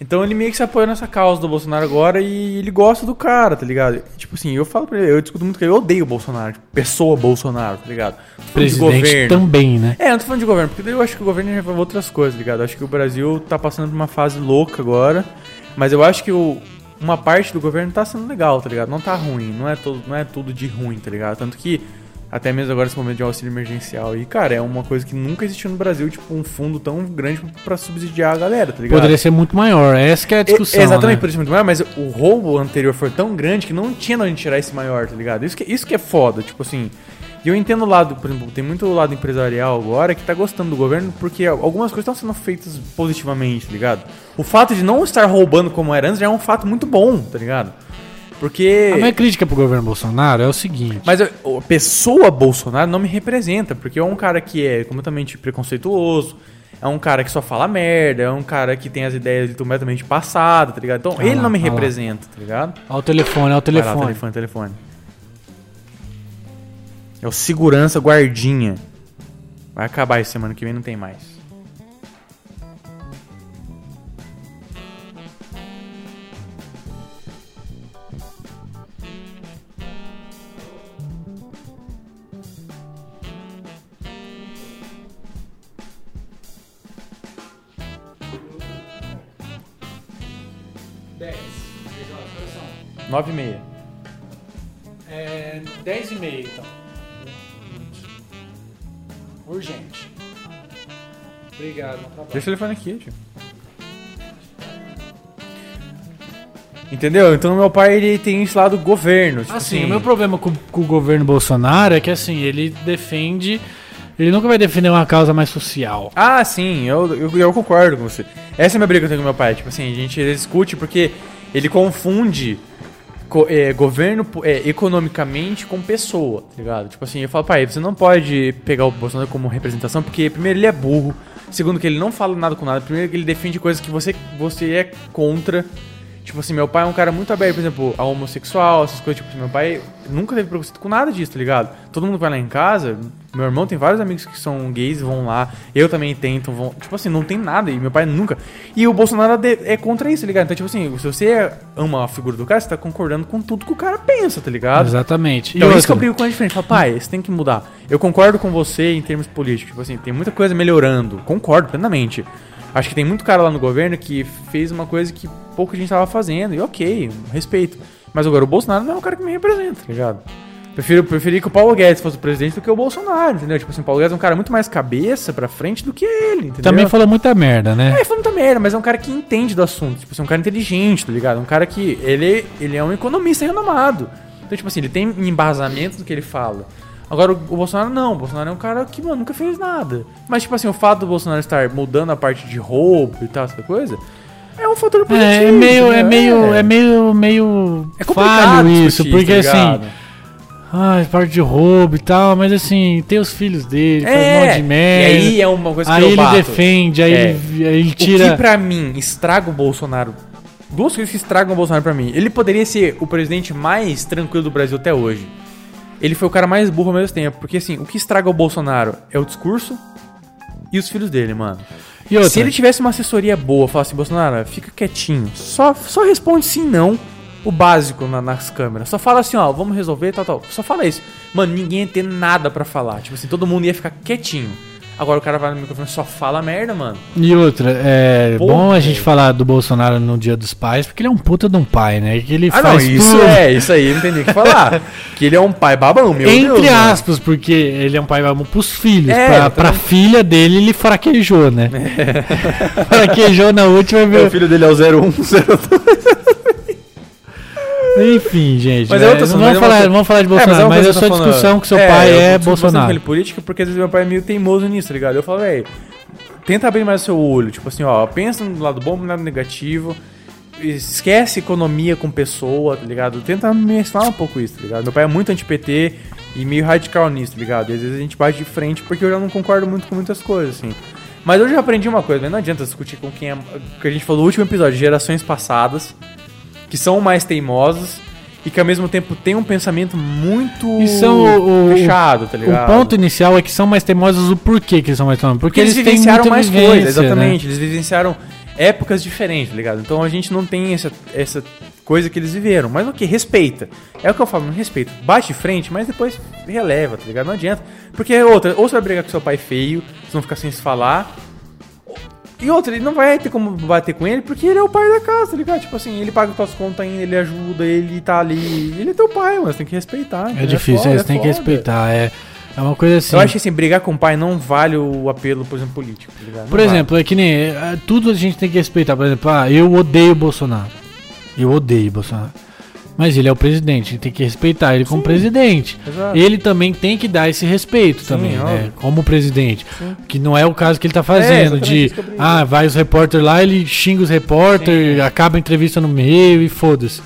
Então ele meio que se apoia nessa causa do Bolsonaro agora e ele gosta do cara, tá ligado? Tipo assim, eu falo pra ele, eu discuto muito com ele, eu odeio o Bolsonaro, tipo, pessoa Bolsonaro, tá ligado? Tô falando de Presidente também, né? É, eu não tô falando de governo, porque daí eu acho que o governo já vai outras coisas, tá ligado? Eu acho que o Brasil tá passando por uma fase louca agora, mas eu acho que o- uma parte do governo tá sendo legal, tá ligado? Não tá ruim, não é, todo, não é tudo de ruim, tá ligado? Tanto que até mesmo agora esse momento de auxílio emergencial e, cara, é uma coisa que nunca existiu no Brasil, tipo, um fundo tão grande pra subsidiar a galera, tá ligado? Poderia ser muito maior. Essa que é a discussão. É, exatamente, né? por isso muito maior, mas o roubo anterior foi tão grande que não tinha de onde tirar esse maior, tá ligado? Isso que, isso que é foda, tipo assim. E eu entendo o lado, por exemplo, tem muito lado empresarial agora que tá gostando do governo porque algumas coisas estão sendo feitas positivamente, tá ligado? O fato de não estar roubando como era antes já é um fato muito bom, tá ligado? Porque. A minha crítica pro governo Bolsonaro é o seguinte. Mas eu- a pessoa Bolsonaro não me representa, porque é um cara que é completamente preconceituoso, é um cara que só fala merda, é um cara que tem as ideias completamente passadas, tá ligado? Então Ah ele lá, não me ah lá. representa, tá ligado? Olha o telefone, olha o Vai lá, telefone. telefone, telefone. É o segurança guardinha. Vai acabar esse semana que vem, não tem mais. Nove e meia. É 10 e meia, então. Urgente. Obrigado. um Deixa o telefone aqui, tio. Entendeu? Então meu pai ele tem esse lado governo. Tipo Assim, o meu problema com, com o governo Bolsonaro é que assim, ele defende. Ele nunca vai defender uma causa mais social. Ah, sim, eu, eu, eu concordo com você. Essa é a minha briga que eu tenho com meu pai. Tipo assim, a gente discute porque ele confunde co- é, governo po- é, economicamente com pessoa, tá ligado? Tipo assim, eu falo, pai, você não pode pegar o Bolsonaro como representação porque, primeiro, ele é burro. Segundo, que ele não fala nada com nada. Primeiro, que ele defende coisas que você, você é contra. Tipo assim, meu pai é um cara muito aberto, por exemplo, a homossexual, essas coisas. Tipo assim, meu pai nunca teve preconceito com nada disso, tá ligado? Todo mundo que vai lá em casa, meu irmão tem vários amigos que são gays e vão lá. Eu também tento, vão. Tipo assim, não tem nada e meu pai nunca. E o Bolsonaro de- é contra isso, tá ligado? Então, tipo assim, se você ama a figura do cara, você tá concordando com tudo que o cara pensa, tá ligado? Exatamente. Então, E é isso que eu outra, brigo com a gente frente. Fala, pai, você tem que mudar. Eu concordo com você em termos políticos. Tipo assim, tem muita coisa melhorando. Concordo plenamente. Acho que tem muito cara lá no governo que fez uma coisa que pouco a gente tava fazendo. E ok, respeito. Mas agora o Bolsonaro não é um cara que me representa, tá ligado? Prefiro, preferi que o Paulo Guedes fosse o presidente do que o Bolsonaro, entendeu? Tipo assim, o Paulo Guedes é um cara muito mais cabeça pra frente do que ele, entendeu? Também falou muita merda, né? É, foi muita merda, mas é um cara que entende do assunto. Tipo, assim, é um cara inteligente, tá ligado? Um cara que. Ele, ele é um economista renomado. Então, tipo assim, ele tem embasamento do que ele fala. Agora, o o Bolsonaro não. O Bolsonaro é um cara que, mano, nunca fez nada. Mas, tipo assim, o fato do Bolsonaro estar mudando a parte de roubo e tal, essa coisa, é um fator positivo. É, é meio, é né? meio, é meio, meio É complicado falho isso, discutir, porque tá assim, ligado? ah, parte de roubo e tal, mas assim, tem os filhos dele, faz um monte de merda. E aí é uma coisa que aí eu ele bato. defende, aí, É. ele, aí ele O tira. que pra mim estraga o Bolsonaro. Duas coisas que estragam o Bolsonaro pra mim. Ele poderia ser o presidente mais tranquilo do Brasil até hoje. Ele foi o cara mais burro ao mesmo tempo. Porque assim, o que estraga o Bolsonaro é o discurso e os filhos dele, mano. E outra, Se ele tivesse uma assessoria boa, falasse, Bolsonaro, fica quietinho. Só, só responde sim, não. O básico na- nas câmeras. Só fala assim, ó, vamos resolver, tal, tal. Só fala isso. Mano, ninguém ia ter nada pra falar. Tipo assim, todo mundo ia ficar quietinho. Agora o cara vai no microfone e só fala merda, mano. E outra, é Porra, bom a velho. gente falar do Bolsonaro no Dia dos Pais, porque ele é um puta de um pai, né? Que ele Ah, faz não, isso tudo. é, isso aí, não tem nem o que *laughs* falar. que ele é um pai babão, meu Entre Deus. mano. aspas, porque ele é um pai vamos pros filhos. É, pra, eu pra também- filha dele, ele fraquejou, né? É. *laughs* fraquejou na última É, O vez. filho dele é o *laughs* 01, 02. Enfim, gente. Mas é né? outra não assunto, mas vamos, é uma falar, coisa- não vamos falar de É, Bolsonaro, uma mas, coisa é só eu tô falando- discussão que seu pai eu tô é discutindo com ele Bolsonaro. política, porque às vezes meu pai é meio teimoso nisso, tá ligado? Eu falo, velho, tenta abrir mais o seu olho. Tipo assim, ó, pensa no lado bom, no lado negativo. Esquece economia com pessoa, tá ligado? Tenta mesclar um pouco isso, tá ligado? Meu pai é muito anti-PT e meio radical nisso, tá ligado? E às vezes a gente bate de frente porque eu já não concordo muito com muitas coisas, assim. Mas eu já aprendi uma coisa, mas não adianta discutir com quem é. O que a gente falou no último episódio, gerações passadas, que são mais teimosas e que ao mesmo tempo tem um pensamento muito E são o- o- fechado, tá ligado? O ponto inicial é que são mais teimosos o porquê que eles são mais teimosos. Porque Porque, eles, eles têm vivenciaram muita mais vivência, coisas, né? exatamente. Eles vivenciaram épocas diferentes, tá ligado? Então a gente não tem essa, essa coisa que eles viveram. Mas o que? Respeita. É o que eu falo, respeita. Bate de frente, mas depois releva, tá ligado? Não adianta. Porque é outra, ou você vai brigar com seu pai feio, vocês vão ficar sem se falar. E outra, ele não vai ter como bater com ele porque ele é o pai da casa, tá ligado? Tipo assim, ele paga tuas contas ainda, ele ajuda, ele tá ali. Ele é teu pai, mano, você tem que respeitar. É entendeu? difícil, foda, é, você tem que foda. respeitar. É, é uma coisa assim. Eu acho que assim, brigar com o pai não vale o apelo, por exemplo, político, tá ligado? Não Por vale. exemplo, é que nem. é, Tudo a gente tem que respeitar. Por exemplo, ah, eu odeio o Bolsonaro. Eu odeio o Bolsonaro. Mas ele é o presidente, a gente tem que respeitar ele como presidente. Exato. Ele também tem que dar esse respeito também, né? óbvio. Como presidente. Que não é o caso que ele tá fazendo, exatamente, de isso que eu brinco. ah, vai os repórter lá, ele xinga os repórter, acaba a entrevista no meio e foda-se.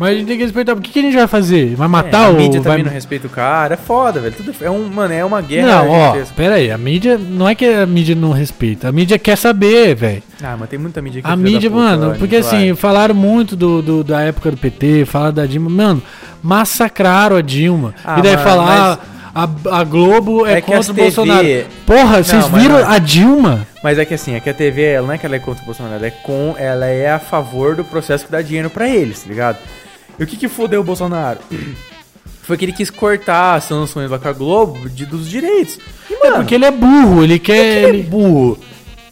Mas a gente tem que respeitar. O que, que a gente vai fazer? Vai É, matar a o. mídia vai... também não respeita o cara, é foda, velho. Tudo é um, mano, é uma guerra. Não, ó, gigantesca. pera aí, a mídia não é que a mídia não respeita, a mídia quer saber, velho. Ah, mas tem muita mídia que é A filha da mídia, puta, mano, olha, porque vai. assim, falaram muito do, do- da época do PT, falaram da Dilma, mano, massacraram a Dilma. Ah, e daí mano, falar, "Ah, a, a Globo é, É que contra o as TV Bolsonaro. Porra, vocês mas viram não. a Dilma? Mas é que assim, é que a TV, ela não é que ela é contra o Bolsonaro, ela é, com, ela é a favor do processo que dá dinheiro pra eles, tá ligado? E o que que fodeu o Bolsonaro? *clears throat* Foi que ele quis cortar as sanções lá com a Globo de, dos direitos. E, mano, É porque ele é burro, ele quer. ele é ele- burro.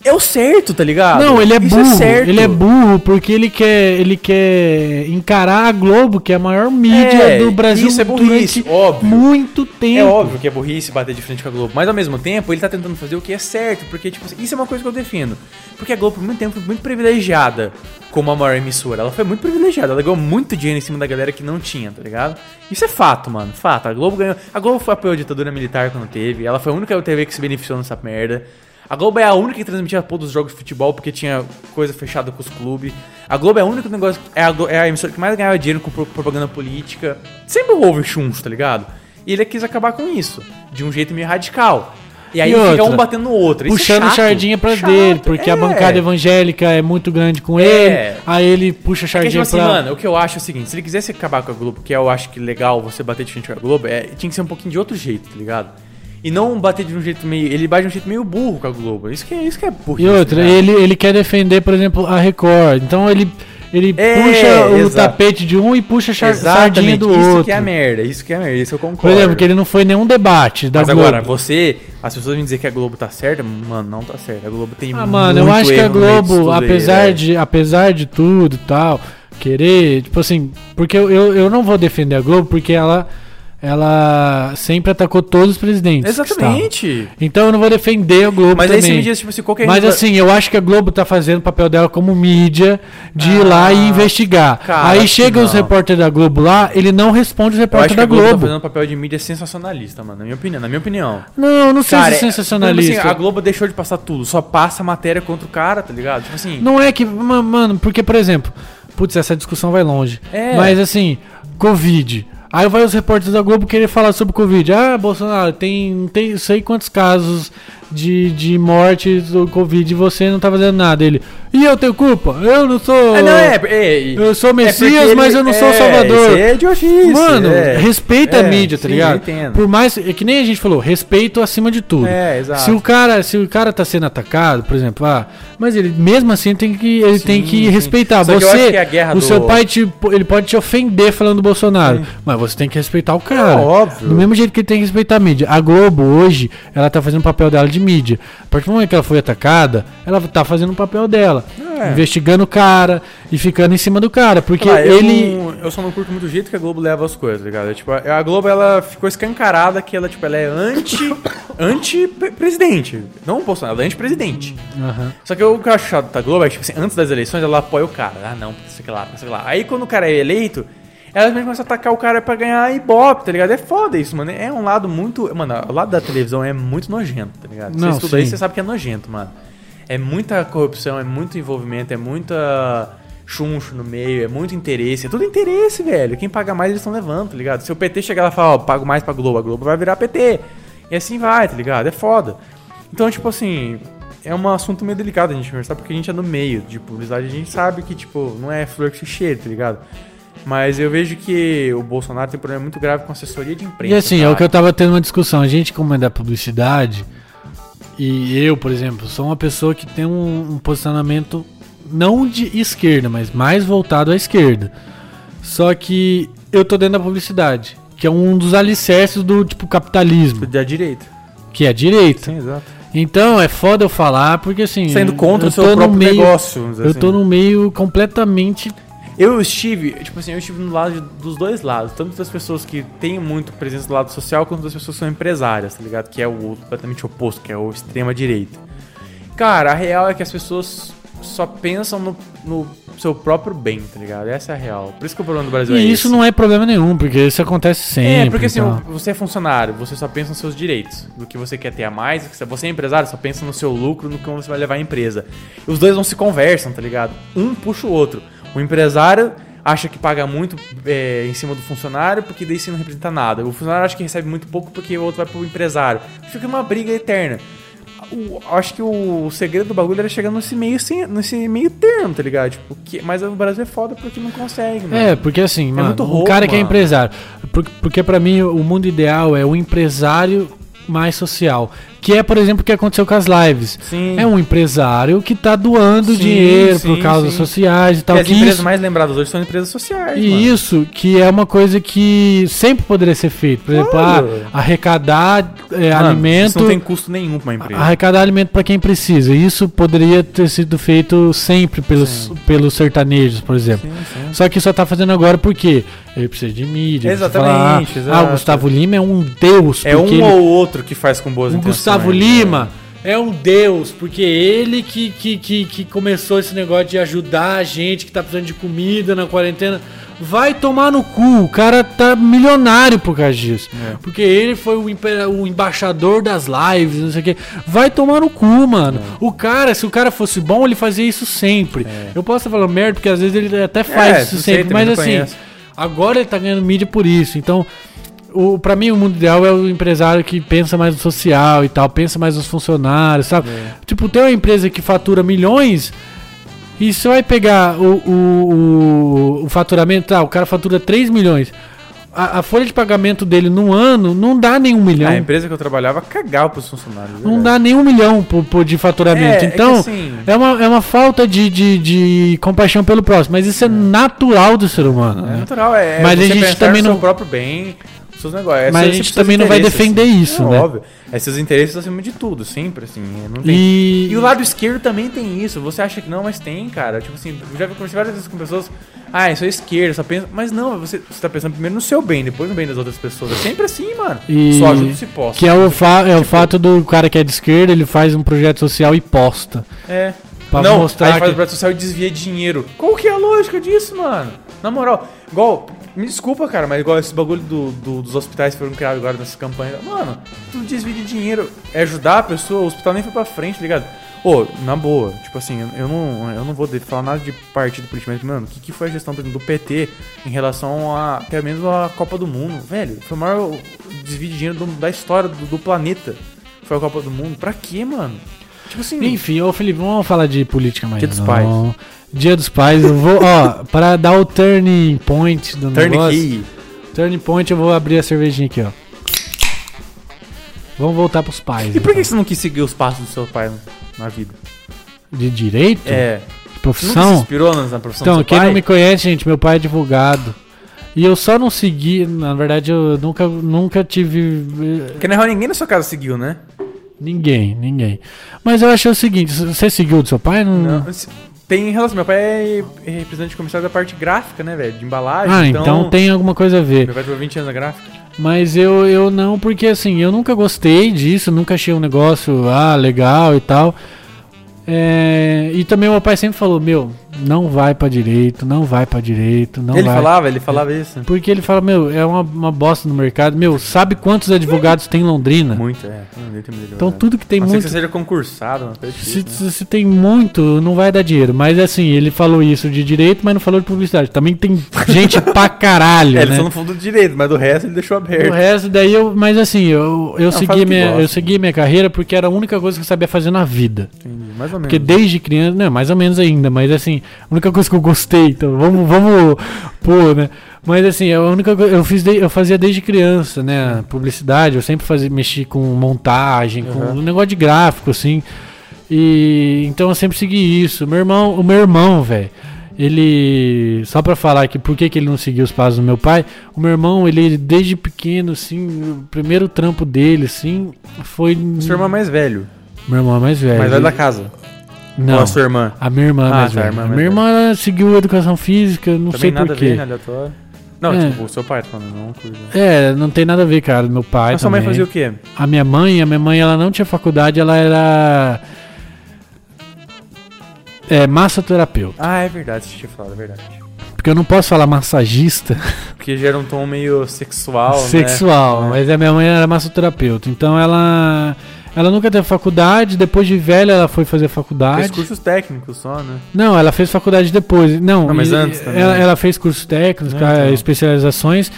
É o certo, tá ligado? Não, ele é Isso burro. certo. Ele é burro porque ele quer, ele quer encarar a Globo, que é a maior mídia É, do Brasil isso é burrice, durante óbvio. muito tempo. É óbvio que é burrice bater de frente com a Globo, mas ao mesmo tempo ele tá tentando fazer o que é certo, porque, tipo, assim, isso é uma coisa que eu defendo. Porque a Globo, por muito tempo, foi muito privilegiada como a maior emissora. Ela foi muito privilegiada, ela ganhou muito dinheiro em cima da galera que não tinha, tá ligado? Isso é fato, mano, fato. A Globo ganhou. A Globo foi apoiou a ditadura militar quando teve, ela foi a única TV que se beneficiou nessa merda. A Globo é a única que transmitia todos os jogos de futebol porque tinha coisa fechada com os clubes. A Globo é a única negócio. É a, Glo- é a emissora que mais ganhava dinheiro com pro- propaganda política. Sempre houve chuncho, tá ligado? E ele quis acabar com isso, de um jeito meio radical. E aí E fica outra, um batendo no outro. Isso é puxando chato, sardinha pra chato, dele, porque a é. bancada evangélica é muito grande com É. ele, aí ele puxa É que, tipo sardinha assim, pra... mano, o que eu acho é o seguinte, se ele quisesse acabar com a Globo, que eu acho que legal você bater de frente com a Globo, é, tinha que ser um pouquinho de outro jeito, tá ligado? E não bater de um jeito meio... Ele bate de um jeito meio burro com a Globo. Isso que é, isso que é burro. e outra, ele, ele quer defender, por exemplo, a Record, então ele, ele É, puxa o exato. tapete de um e puxa a char- sardinha Exatamente, do isso outro. que é a merda, isso que é a merda, isso eu concordo. por exemplo, que ele não foi em nenhum debate da Mas Globo. agora, você, as pessoas vêm dizer que a Globo tá certa, mano, não tá certa. A Globo tem Ah, mano, eu muito acho que a erro no meio disso Globo, tudo aí, apesar velho. de, apesar de tudo e tal, querer, tipo assim, porque eu, eu, eu não vou defender a Globo porque ela ela sempre atacou todos os presidentes. que Exatamente. estavam. Então eu não vou defender a Globo Mas também. aí você me diz, tipo assim, qual que é a Mas gente- assim, eu acho que a Globo tá fazendo o papel dela como mídia de ir lá e investigar. Ah, cara, Aí chega os não. repórteres da Globo lá, ele não responde os Eu acho repórteres que da a Globo, Globo. tá fazendo um papel de mídia sensacionalista, mano. Na minha opinião, na minha opinião. Não, não sei Cara, se é é- sensacionalista. tipo assim, a Globo deixou de passar tudo, só passa matéria contra o cara, tá ligado? Tipo assim, Não é que. ma- Mano, porque, por exemplo, putz, essa discussão vai longe. É. Mas assim, Covid. Aí vai os repórteres da Globo querer falar sobre Covid. Ah, Bolsonaro, tem, tem sei quantos casos de, de morte do Covid e você não tá fazendo nada. Ele. E eu tenho culpa? Eu não sou. É, não, é, é, é, Eu sou Messias, porque mas ele- eu não sou é, Salvador. isso é de oxice, Mano, é. respeita a É, mídia, tá sim, ligado? eu entendo. Por mais. É que nem a gente falou, respeito acima de tudo. É, exato. Se o cara, se o cara tá sendo atacado, por exemplo, ah, mas ele mesmo assim tem que, ele tem que sim. respeitar. Só que eu acho você, que a guerra o do- seu pai te, ele pode te ofender falando do Bolsonaro, mas você tem que respeitar o cara. É óbvio. Do mesmo jeito que ele tem que respeitar a mídia. A Globo hoje, ela tá fazendo o papel dela de mídia. A partir do momento que ela foi atacada, ela tá fazendo o papel dela, É. investigando o cara e ficando em cima do cara, porque Sei lá, eu ele não- eu só não curto muito o jeito que a Globo leva as coisas, tá ligado? É, Tipo, a a Globo ela ficou escancarada que ela, tipo, ela é anti *coughs* anti presidente, não o Bolsonaro, ela é anti presidente. Aham. Só que o que eu acho chato da Globo é tipo assim, antes das eleições ela apoia o cara. Ah, não, sei que lá, sei lá. Aí quando o cara é eleito, ela mesmo começa a atacar o cara pra ganhar ibope, tá ligado? É foda isso, mano. É um lado muito. Mano, o lado da televisão é muito nojento, tá ligado? Não, você estuda aí, sim. você sabe que é nojento, mano. É muita corrupção, é muito envolvimento, é muita chuncho no meio, é muito interesse. É tudo interesse, velho. Quem paga mais, eles estão levando, tá ligado? Se o PT chegar lá e falar, ó, pago mais pra Globo, a Globo vai virar PT. E assim vai, tá ligado? É foda. Então, tipo assim, é um assunto meio delicado a gente conversar, porque a gente é no meio de publicidade, a gente sabe que, tipo, não é flor que se cheira, tá ligado? Mas eu vejo que o Bolsonaro tem um problema muito grave com assessoria de imprensa. tá? E assim, é cara. o que eu tava tendo uma discussão. A gente, como é da publicidade, e eu, por exemplo, sou uma pessoa que tem um, um posicionamento não de esquerda, mas mais voltado à esquerda. Só que eu tô dentro da publicidade, que é um dos alicerces do tipo capitalismo, Da direita. que é a direita. Sim, exato. Então é foda eu falar, porque assim. Saindo contra eu o seu tô no próprio meio- negócio. vamos dizer Eu tô assim. no meio completamente. Eu estive, tipo assim, eu estive no lado de- dos dois lados, tanto das pessoas que têm muito presença do lado social, quanto das pessoas que são empresárias, tá ligado? Que é o completamente oposto, que é o extrema direita. Cara, a real é que as pessoas só pensam no, no seu próprio bem, tá ligado? Essa é a real. Por isso que o problema do E Brasil é isso não é problema nenhum, porque isso acontece sempre. é, porque assim, então. você é funcionário, você só pensa nos seus direitos, do que você quer ter a mais. Se Você é empresário, só pensa no seu lucro, no como você vai levar a empresa. E os dois não se conversam, tá ligado? Um puxa o outro. O empresário acha que paga muito é, em cima do funcionário, porque daí você não representa nada. O funcionário acha que recebe muito pouco, porque o outro vai pro empresário. Fica uma briga eterna. O- acho que o segredo do bagulho era chegar nesse meio, sem- nesse meio termo, tá ligado? Tipo, que- mas o Brasil é foda porque não consegue, mano. É, porque assim, mano, muito o roubo, cara que é mano. empresário. Por- Porque pra mim o mundo ideal é o empresário mais social. Que é, por exemplo, o que aconteceu com as lives. Sim. É um empresário que tá doando Sim, dinheiro por sim, causas sim. sociais e tal. E as que empresas isso, mais lembradas hoje são empresas sociais. e mano. isso que é uma coisa que sempre poderia ser feito. Por exemplo, Claro. ah, arrecadar é, Mano, alimento. Isso não tem custo nenhum pra uma empresa. Arrecadar alimento para quem precisa. Isso poderia ter sido feito sempre pelos, pelos sertanejos, por exemplo. Só que só tá fazendo agora porque ele precisa de mídia. precisa Exatamente, falar. exato. Ah, o Gustavo Lima é um deus. é um porque ele- ou outro que faz com boas o intenções. né? Um Gustavo Lima é um deus, porque ele que, que, que, que começou esse negócio de ajudar a gente que tá precisando de comida na quarentena. Vai tomar no cu, o cara tá milionário por causa disso. Porque ele foi o, impera- o embaixador das lives, não sei o quê. Vai tomar no cu, mano. O cara, se o cara fosse bom, ele fazia isso sempre. Eu posso estar falando merda, porque às vezes ele até faz É, isso não sei, sempre, também mas não assim, conheço. agora ele tá ganhando mídia por isso. Então, o, pra mim, o mundo ideal é o empresário que pensa mais no social e tal, pensa mais nos funcionários, sabe? É. Tipo, tem uma empresa que fatura milhões e você vai pegar o, o, o, o faturamento, tá, o cara fatura 3 milhões. A, a folha de pagamento dele num ano não dá nem um milhão. A empresa que eu trabalhava cagava pros funcionários. Não verdade. dá nem um milhão por, por- de faturamento. É, é que então, é, assim- uma, é uma falta de, de, de compaixão pelo próximo. Mas isso é, natural do ser humano. É né? natural, é. Mas a você gente pensar também no não- seu próprio bem, nos seus negócios. É Mas seus- a gente seus também não vai interesses, defender assim. isso, é, né? óbvio. É seus interesses acima de tudo, sempre, assim. é, Não tem E... E o lado esquerdo também tem isso. Você acha que não, mas tem, cara. Tipo assim, eu já conversei várias vezes com pessoas. ah, isso é esquerda, só pensa. Mas não, você, você tá pensando primeiro no seu bem, depois no bem das outras pessoas. É sempre assim, mano. E- Só ajuda se posso. Que é o, fa- é o Tipo- fato do cara que é de esquerda, ele faz um projeto social e posta. É. Pra não, mostrar aí faz que- o projeto social e desvia dinheiro. Qual que é a lógica disso, mano? Na moral, igual, me desculpa, cara, mas igual esse bagulho do- do- dos hospitais que foram criados agora nessa campanha. Mano, tudo desvia de dinheiro. É ajudar a pessoa, o hospital nem foi pra frente, tá ligado? Ô, na boa, tipo assim, eu- eu não, eu não vou de- falar nada de partido político, mas, mano, o que, que foi a gestão, por exemplo, do PT em relação a, pelo menos, a Copa do Mundo? Velho, foi o maior desvio de dinheiro do- da história do, do planeta. Foi a Copa do Mundo. Pra quê, mano? Tipo assim... Enfim, ô Felipe, vamos falar de política mais. Dia dos não. Pais. Dia dos pais, eu vou, ó, pra dar o turning point do negócio. Turnkey. Turning point, eu vou abrir a cervejinha aqui, ó. Vamos voltar pros pais. E por que então. você não quis seguir os passos do seu pai na vida? De direito? É. De Você nunca se profissão? inspirou na na profissão Então, do seu quem pai? não me conhece, gente, meu pai é advogado. E eu só não segui, na verdade, eu nunca, nunca tive eh, Porque na real ninguém na sua casa seguiu, né? ninguém, ninguém. Mas eu achei o seguinte, você seguiu do seu pai? Não. Se- Tem relação. Meu pai é é representante de comercial da parte gráfica, né, velho? De embalagem. Ah, então, tem alguma coisa a ver. Meu pai trabalhou 20 anos na gráfica. Mas eu, eu não, porque assim, eu nunca gostei disso, nunca achei um negócio, ah, legal e tal. É, e também meu pai sempre falou, meu, não vai pra direito, não vai pra direito, não ele Então vai. falava, ele falava isso. Porque ele fala, meu, é uma, uma bosta no mercado. Meu, sabe quantos advogados tem em Londrina? Muito, é. Não, deu tempo dele, Então né? tudo que tem A não ser que muito. você seja concursado, uma coisa Se, difícil, né? se- se tem muito, não vai dar dinheiro. Mas assim, ele falou isso de direito, mas não falou de publicidade. *laughs* Também tem gente pra caralho. É, ele né? só não falou do direito, mas do resto ele deixou aberto. O resto daí eu, mas assim, eu, eu faz o segui que minha, gosta. eu segui minha carreira porque era a única coisa que eu sabia fazer na vida. Entendi, mais ou menos. Porque desde criança, né, mais ou menos ainda, mas assim, a única coisa que eu gostei, então vamos, vamos pô, né? Mas assim, a única coisa eu fiz, de- eu fazia desde criança, né, publicidade, eu sempre fazia mexi com montagem, com Uhum. um negócio de gráfico assim. E então eu sempre segui isso. Meu irmão, o meu irmão, velho, ele só pra falar que por que, que ele não seguiu os passos do meu pai, o meu irmão, ele desde pequeno assim, o primeiro trampo dele assim, foi Seu irmão é mais velho. meu irmão é mais velho. Mais velho da casa. Não. Ou a sua irmã. A minha irmã, Ah, mais tá, a velha. irmã a mais minha irmã ela seguiu educação física, não sei Também nada a ver, porquê. né? Aleatório. Não, É. tipo, o seu pai tá falando, não curva. É, não tem nada a ver, cara. Meu pai. Mas sua mãe também. fazia o quê? A minha mãe, a minha mãe, ela não tinha faculdade, ela era. É, massoterapeuta. Ah, é verdade, você tinha falado, é verdade. Porque eu não posso falar massagista Porque gera um tom meio sexual, né? *laughs* sexual, É. mas a minha mãe era massoterapeuta. Então ela. Ela nunca teve faculdade, depois de velha ela foi fazer Fez faculdade. cursos técnicos só, né? Não, ela fez faculdade depois. Não, Não, mas e- antes também. Ela, ela fez cursos técnicos, Ah, ca- então. especializações.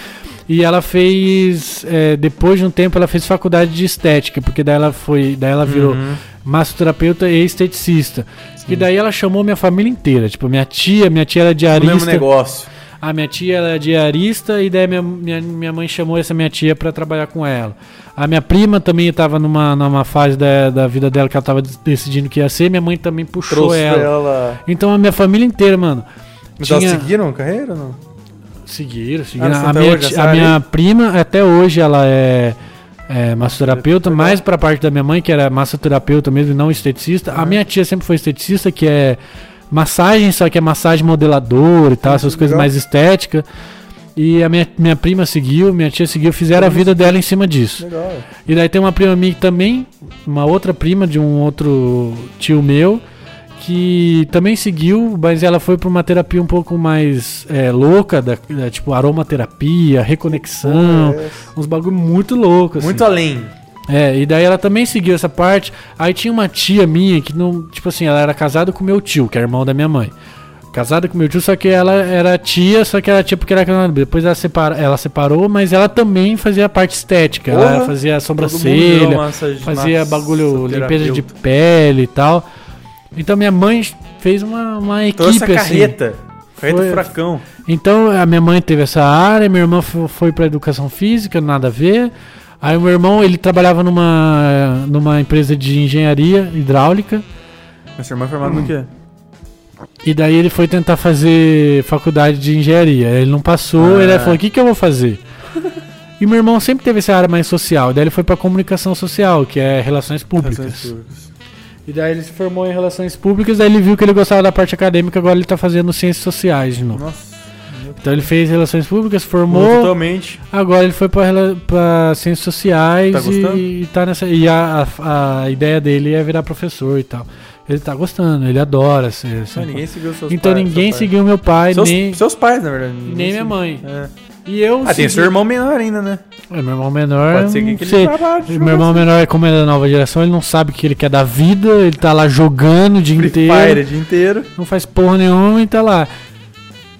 E ela fez. é, depois de um tempo, ela fez faculdade de estética, porque daí ela foi. Daí ela virou Uhum. massoterapeuta e esteticista. E daí ela chamou minha família inteira. Tipo, minha tia, minha tia era O mesmo diarista. negócio. A minha tia ela é diarista e daí minha, minha, minha mãe chamou essa minha tia pra trabalhar com ela. A minha prima também estava numa, numa fase da, da vida dela que ela tava decidindo o que ia ser, minha mãe também puxou Trouxe ela. pra ela. Então a minha família inteira, mano. Mas tinha... elas seguiram a carreira ou não? Seguiram, seguiram. Ah, você a tá minha, hoje ti- nessa a área minha prima, até hoje, ela é, é massoterapeuta, Legal. mais pra parte da minha mãe, que era massoterapeuta mesmo e não esteticista. Uhum. A minha tia sempre foi esteticista, que é massagem, só que é massagem modeladora e tal, essas coisas Uhum, legal. mais estéticas. E a minha, minha prima seguiu, minha tia seguiu, fizeram a vida dela em cima disso. Legal. E daí tem uma prima minha que também, uma outra prima de um outro tio meu, que também seguiu, mas ela foi pra uma terapia um pouco mais é, louca, da, da- tipo aromaterapia, reconexão, uns bagulho muito louco. assim. É. Muito além. É, e daí ela também seguiu essa parte. Aí tinha uma tia minha que não. Tipo assim, ela era casada com meu tio, que é irmão da minha mãe. Casada com meu tio, só que ela era tia, só que ela tinha porque era casada. Depois ela, separa, ela separou, mas ela também fazia a parte estética. Porra! ela fazia Todo mundo virou sobrancelha, massa- fazia massa- bagulho, limpeza de terapeuta. pele e tal. Então minha mãe fez uma, uma equipe Trouxe a assim. carreta. Carreta Foi- furacão. Então a minha mãe teve essa área, meu irmão fo- foi para educação física, nada a ver. Aí o meu irmão ele trabalhava numa numa empresa de engenharia hidráulica Mas sua irmã é formada no quê? e daí ele foi tentar fazer faculdade de engenharia. Ele não passou, Ah. ele falou: "O que que eu *laughs* vou fazer?" E meu irmão sempre teve essa área mais social. Daí ele foi para comunicação social, que é Relações relações públicas. públicas. E daí ele se formou em relações públicas. Daí ele viu que ele gostava da parte acadêmica. Agora ele tá fazendo ciências sociais de novo. Nossa. Então ele fez relações públicas, formou, Totalmente. agora ele foi pra, rela- pra ciências sociais Tá gostando? e, e tá nessa. E a, a- a ideia dele é virar professor e tal. Ele tá gostando, ele adora. Assim, essa Não, ninguém seguiu seus então pais, seu ninguém pai. seguiu meu pai, Seus, nem, seus pais, na verdade. nem minha mãe. E Ah, eu. tem segui- seu irmão menor ainda, né? É, meu irmão menor. Pode ser não que ele tipo, sei. trabalhe de Meu irmão jogar menor, como ele é da nova geração, ele não sabe o que ele quer da vida, ele tá lá jogando o dia Free inteiro. Fire o dia inteiro. Não faz porra nenhuma e tá lá.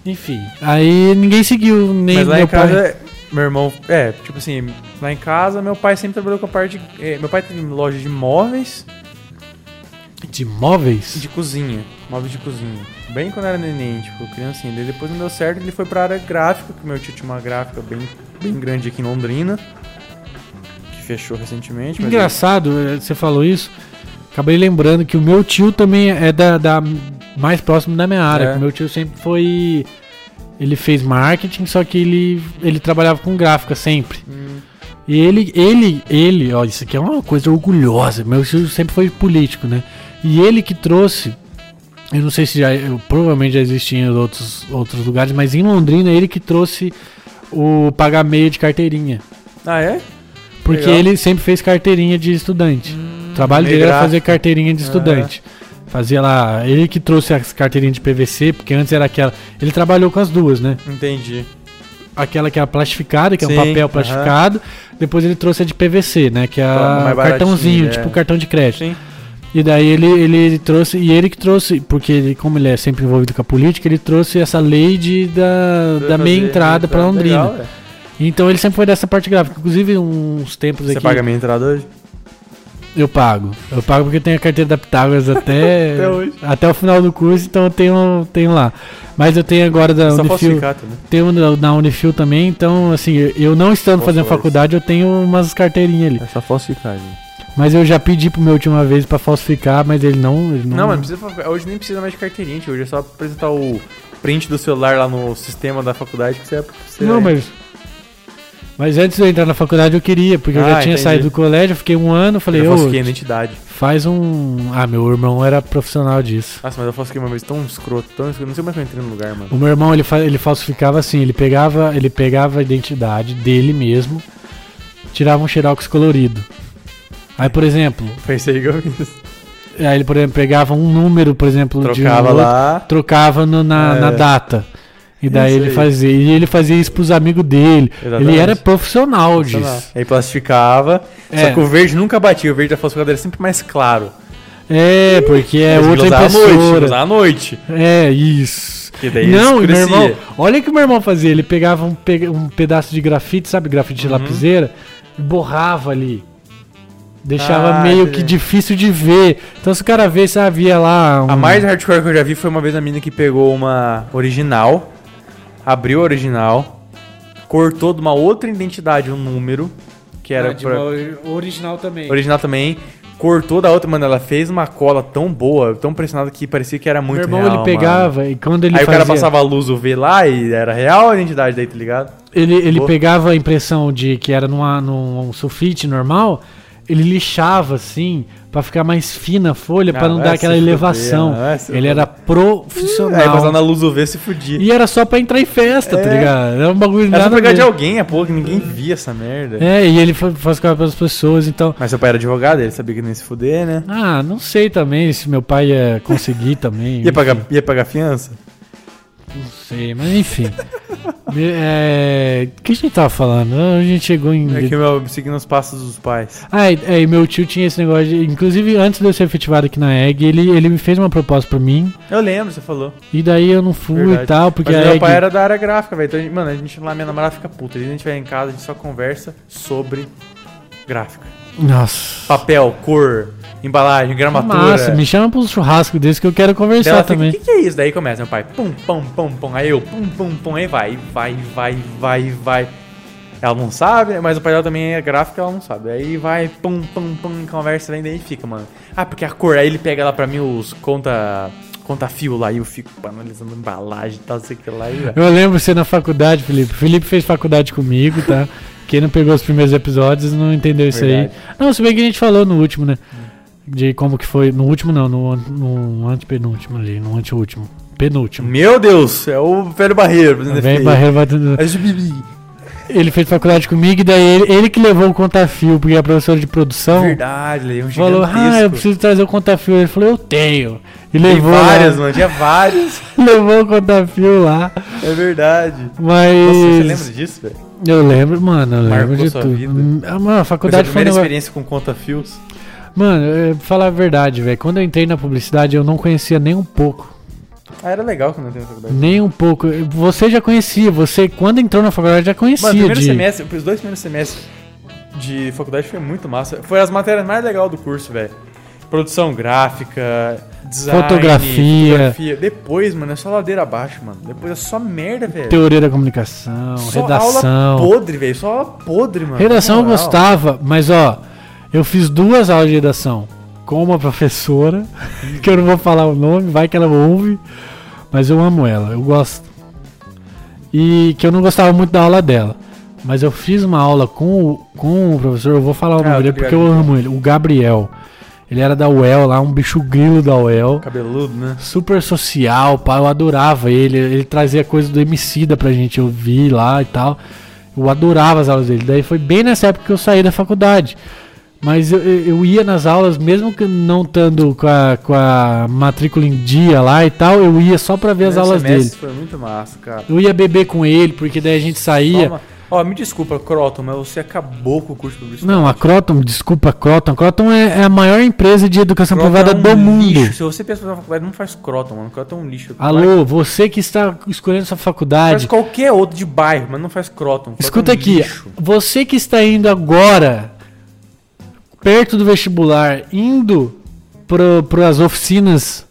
Enfim, aí ninguém seguiu, nem Mas lá meu em casa, pai. meu irmão, é, tipo assim, lá em casa, meu pai sempre trabalhou com a parte. de- eh, meu pai tem loja de móveis De e móveis? de cozinha. Móveis de cozinha. Bem quando era neném, tipo, criancinha. Daí depois não deu certo, ele foi pra área gráfica, que meu tio tinha uma gráfica bem, bem grande aqui em Londrina. Que fechou recentemente. mas ele- Engraçado, eh, você falou isso. Acabei lembrando que o meu tio também é da, da- mais próximo da minha área. É. que O meu tio sempre foi. Ele fez marketing, só que ele, ele trabalhava com gráfica sempre. Hum, E ele, ele, ele, ó, isso aqui é uma coisa orgulhosa. Meu tio sempre foi político, né? E ele que trouxe, eu não sei se já, eu- provavelmente já existia em outros, outros lugares, mas em Londrina ele que trouxe o pagar meia de carteirinha. Ah, é? Porque Legal. ele sempre fez carteirinha de estudante. o trabalho meio dele era gráfico. fazer carteirinha de Ah. estudante. Fazia lá, ele que trouxe as carteirinhas de PVC, porque antes era aquela. Ele trabalhou com as duas, né? Entendi. aquela que é a plastificada, que é Sim, um papel plastificado. Depois ele trouxe a de PVC, né? Que é Claro, a mais cartãozinho, baratinha, tipo é. cartão de crédito. Sim. E daí ele, ele trouxe, e ele que trouxe, porque ele, como ele é sempre envolvido com a política, ele trouxe essa lei de, da, da meia entrada pra Londrina. Legal, é. Então ele sempre foi dessa parte gráfica. Inclusive, uns tempos Você aqui. paga minha entrada hoje? Eu pago. Eu pago porque eu tenho a carteira da Pitágoras até, *laughs* Até hoje. até o final do curso, então eu tenho, tenho lá. Mas eu tenho agora da Só Unifil. falsificata, né? Tem um na- na Unifil também, então, assim, eu- eu não estando Posso fazendo falar faculdade, eu tenho umas carteirinhas ali. É só falsificagem. Mas eu já pedi pro meu tio uma vez pra falsificar, mas ele não. Ele não, Não, mas não precisa, fa- hoje nem precisa mais de carteirinha, tio. Hoje é só apresentar o print do celular lá no sistema da faculdade que você é. Você Não, mas. Mas antes de eu entrar na faculdade, eu queria, porque eu já Ah, tinha entendi. né?" saído do colégio, eu fiquei um ano, falei, eu ô, falsifiquei a identidade. faz um. Ah, meu irmão era profissional disso. Nossa, mas eu falsifiquei uma vez tão escroto, tão escroto. Não sei como é que eu entrei no lugar, mano. O meu irmão, ele, fa- ele falsificava assim, ele pegava, ele pegava a identidade dele mesmo, tirava um xerox colorido. Aí, por exemplo, Foi isso aí que eu fiz. Aí ele, por exemplo, pegava um número, por exemplo, de um Trocava outro, lá. trocava no- na, É. na data. E daí Isso ele aí. fazia. E ele fazia isso pros amigos dele. Exatamente. Ele era profissional sei lá. disso. Aí plastificava. É. Só que o verde nunca batia. O verde da falsificada era sempre mais claro. É, porque é Mas ele outra usava à noite. ele impressora. Usava à noite. É, isso. Que daí Não, e meu escurecia. irmão, olha o que meu irmão fazia. Ele pegava um, pe- um pedaço de grafite, sabe, grafite Uhum. de lapiseira, e borrava ali. Deixava Ah, meio que entendi. difícil de ver. Então, se o cara vê, você havia lá. Um... A mais hardcore que eu já vi foi uma vez a mina que pegou uma original, abriu a original, cortou de uma outra identidade um número, que Ah, era pra- original também. original também, cortou da outra, mano, ela fez uma cola tão boa, tão pressionada que parecia que era muito Meu irmão real, ele mano. pegava e quando ele Aí o fazia, cara passava a luz UV lá e era real a identidade daí, tá ligado? ele, ele Boa. pegava a impressão de que era numa, num sulfite normal, ele lixava assim pra ficar mais fina a folha pra Ah, não vai dar se aquela fuder, elevação. ah, vai se ele fuder. era Aí passava profissional. na luz UV se fudia. E era só pra entrar em festa, tá É. ligado? Era um bagulho Era só nada a pegar ver. de alguém, a pouco que ninguém via essa merda. É, e ele fa- falsificava pelas pessoas, então Mas seu pai era advogado, ele sabia que não ia se fuder, né? ah, não sei também se meu pai ia conseguir também. Ia pagar, ia pagar fiança? Não sei, mas enfim. Me- é, O que a gente tava falando? Ah, A gente chegou em É que eu segui nos passos dos pais. Ah, e, é, e meu tio tinha esse negócio de. Inclusive, antes de eu ser efetivado aqui na EG, ele, ele me fez uma proposta pra mim. Eu lembro, você falou. E daí eu não fui Verdade. e tal, porque é Mas a meu EG. pai era da área gráfica, velho. Então, a gente- mano, a gente lá, minha namorada fica puta. A gente vai em casa, a gente só conversa sobre gráfica. Nossa. Papel, cor, embalagem, gramatura. Massa, me chama pra um churrasco desse que eu quero conversar Ela fica, o também. que, que é isso? Daí começa, meu pai, pum, pum, pum, pum. Aí eu, pum, pum, pum. Aí vai, vai, vai, vai, vai. Ela não sabe, mas o pai dela também é gráfico, ela não sabe. Aí vai, pum, pum, pum, conversa, vem, daí fica, mano. Ah, porque a cor, aí ele pega lá pra mim os conta, conta fio lá, e eu fico pô, analisando embalagem e tal, sei o que lá. E, velho. Eu lembro você na faculdade, Felipe. Felipe fez faculdade comigo, tá? Quem não pegou os primeiros episódios não entendeu isso Verdade. aí. Não, se bem que a gente falou no último, né? De como que foi. No último não, no, an- no antepenúltimo ali, no anteúltimo. penúltimo. Meu Deus, é o velho barreiro. fazendo Vem efeito. barreiro batendo. Mas o Bibi. é Ele fez faculdade comigo e daí ele, ele que levou o contafio, porque a professora de produção Verdade, ele é um Então, falou: gigantesco. Ah, eu preciso trazer o contafio. Ele falou: Eu tenho. E Tem levou, várias, né? lá, mano. Tinha várias. *laughs* levou o contafio lá. É *laughs* verdade. Mas. Nossa, você lembra disso, velho? Eu lembro, mano, eu Marcou lembro de sua tudo. vida? Hum, ah, Mano, a Foi a faculdade foi um primeira negócio... experiência com conta-fios. Mano, eu- pra falar a verdade, velho. Quando eu entrei na publicidade, eu não conhecia nem um pouco. Ah, era legal quando eu entrei na faculdade. Nem um pouco. Você já conhecia, você quando entrou na faculdade já conhecia. Mano, primeiro de- semestre, os dois primeiros semestres de faculdade foi muito massa. Foi as matérias mais legais do curso, velho. Produção gráfica, design, Fotografia. Depois, mano, é só ladeira abaixo, mano. Depois é só merda, velho. Teoria da comunicação, Só redação. aula podre, velho. Só aula podre, mano. Redação eu Na moral. gostava, mas ó, eu fiz duas aulas de redação com uma professora, *laughs* que eu não vou falar o nome, vai que ela ouve, mas eu amo ela, eu gosto. E que eu não gostava muito da aula dela. Mas eu fiz uma aula com o, com o professor, eu vou falar o Ah, nome eu tô dele porque eu ligado. amo ele, o Gabriel. Ele era da UEL lá, um bicho grilo da UEL. Cabeludo, né? Super social, pá, eu adorava ele. Ele trazia coisa do Emicida pra gente ouvir lá e tal. Eu adorava as aulas dele. Daí foi bem nessa época que eu saí da faculdade. Mas eu, eu eu ia nas aulas, mesmo que não estando com a, com a matrícula em dia lá e tal, eu ia só pra ver as Primeiro aulas dele. semestre Foi muito massa, cara. Eu ia beber com ele, porque daí a gente saía. Toma. Ó, me desculpa, Croton, mas você acabou com o curso de publicidade. Não, a Croton, desculpa, a Croton. A Croton é, é a maior empresa de educação Croton privada é do um mundo. Lixo. Se você pensa na faculdade, não faz Croton, mano. Croton é um lixo. Vai- Alô, você que está escolhendo sua Faz faculdade, qualquer outro de bairro, mas não faz Croton. Croton Escuta é um aqui, lixo. você que está indo agora, perto do vestibular, indo para as oficinas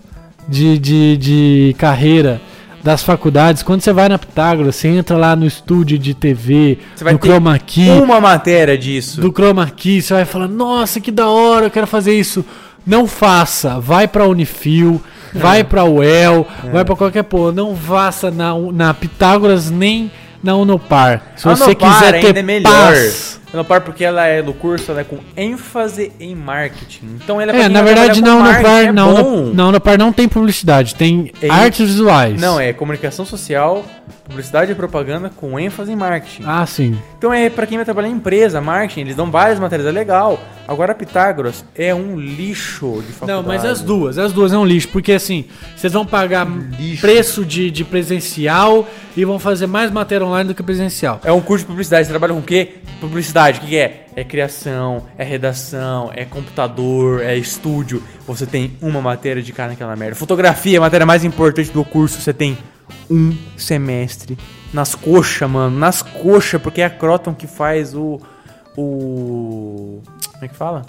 de, de, de carreira das faculdades, quando você vai na Pitágoras, você entra lá no estúdio de TV, Você vai no ter Chroma Key, Uma matéria disso. do Chroma Key, você vai falar, nossa, que da hora, eu quero fazer isso. Não faça, vai pra Unifil, É. vai pra UEL, vai pra qualquer porra. Não faça na, na Pitágoras nem na Unopar. Se A você Unopar quiser ter ainda é melhor. paz. A Unopar, porque ela é do curso, ela é com ênfase em marketing. Então ela É, pra quem na vai verdade, na trabalhar com Unopar, marketing, é na, bom. Uno- na Unopar não tem publicidade, tem Tem- artes visuais. Não, é comunicação social, publicidade e propaganda com ênfase em marketing. Ah, sim. Então é pra quem vai trabalhar em empresa, marketing, eles dão várias matérias, é legal. Agora a Pitágoras é um lixo de faculdade. Um Não, mas as duas, as duas é um lixo, porque assim, vocês vão pagar Lixo. preço de, de presencial e vão fazer mais matéria online do que presencial. É um curso de publicidade, você trabalha com o quê? Publicidade, o que que é? É criação, é redação, é computador, é estúdio. Você tem uma matéria de cara naquela merda. Fotografia, é a matéria mais importante do curso, você tem um semestre nas coxas, mano, nas coxas, porque é a Croton que faz o o como é que fala?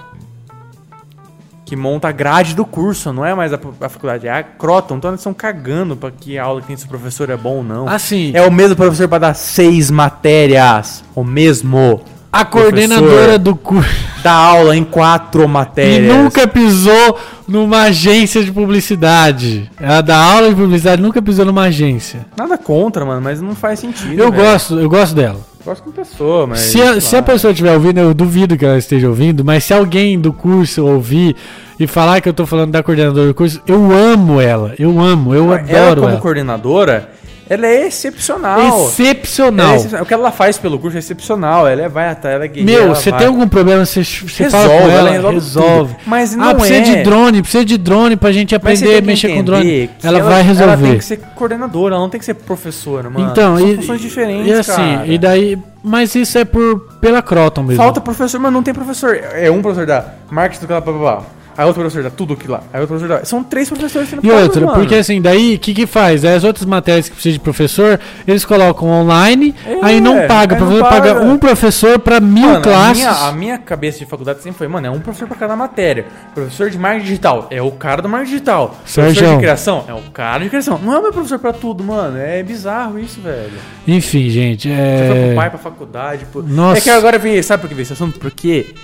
Que monta a grade do curso, não é mais a, a faculdade, é a Croton. Então eles estão cagando pra que a aula que tem se o professor é bom ou não. Assim, É o mesmo professor pra dar seis matérias. O mesmo. A coordenadora Professor é do curso dá aula em quatro *laughs* e matérias. nunca pisou numa agência de publicidade. Ela dá aula de publicidade, nunca pisou numa agência. Nada contra, mano, mas não faz sentido. Eu velho. gosto, eu gosto dela. Gosto como pessoa, mas. se, a, sei se É lá. a pessoa estiver ouvindo, eu duvido que ela esteja ouvindo, mas se alguém do curso ouvir e falar que eu tô falando da coordenadora do curso, eu amo ela, eu amo, eu Ela, adoro como ela. coordenadora, ela é excepcional. Ela Excepcional. é excepcional. O que ela faz pelo curso é excepcional. Ela é, vai atrás, ela é guerreira. Meu, ela você vai. tem um algum problema, você, você fala Resolve, com ela ela, resolve resolve. tudo. Mas não ah, precisa é. de drone, precisa de drone pra gente Mas você aprender a tem que mexer com entender drone. que Ela, ela vai resolver. Ela tem que ser coordenadora, ela não tem que ser professora, mano. então, São e, funções diferentes, e assim, cara. e daí, mas isso é por pela Croton mesmo. Falta professor, mas não tem professor. É um professor da marketing do que lá, blá, blá, blá. Aí outro professor da tudo aquilo lá. Aí outro professor da... São três professores que não e podem, outra, mano. porque assim, daí o que que faz? Aí As outras matérias que precisa de professor, eles colocam online, É, aí não paga, aí o não professor paga. paga. um professor pra mil Mano, a classes. minha, a minha cabeça de faculdade sempre foi, mano, é um professor pra cada matéria. Professor de marketing digital é o cara do marketing digital. Professor de Sérgio. criação é o cara de criação. Não é meu professor pra tudo, mano. É bizarro isso, velho. Enfim, gente, Você foi pro é pai, pra faculdade. Pro... Nossa. É que agora vem, sabe por que veio esse assunto? Porque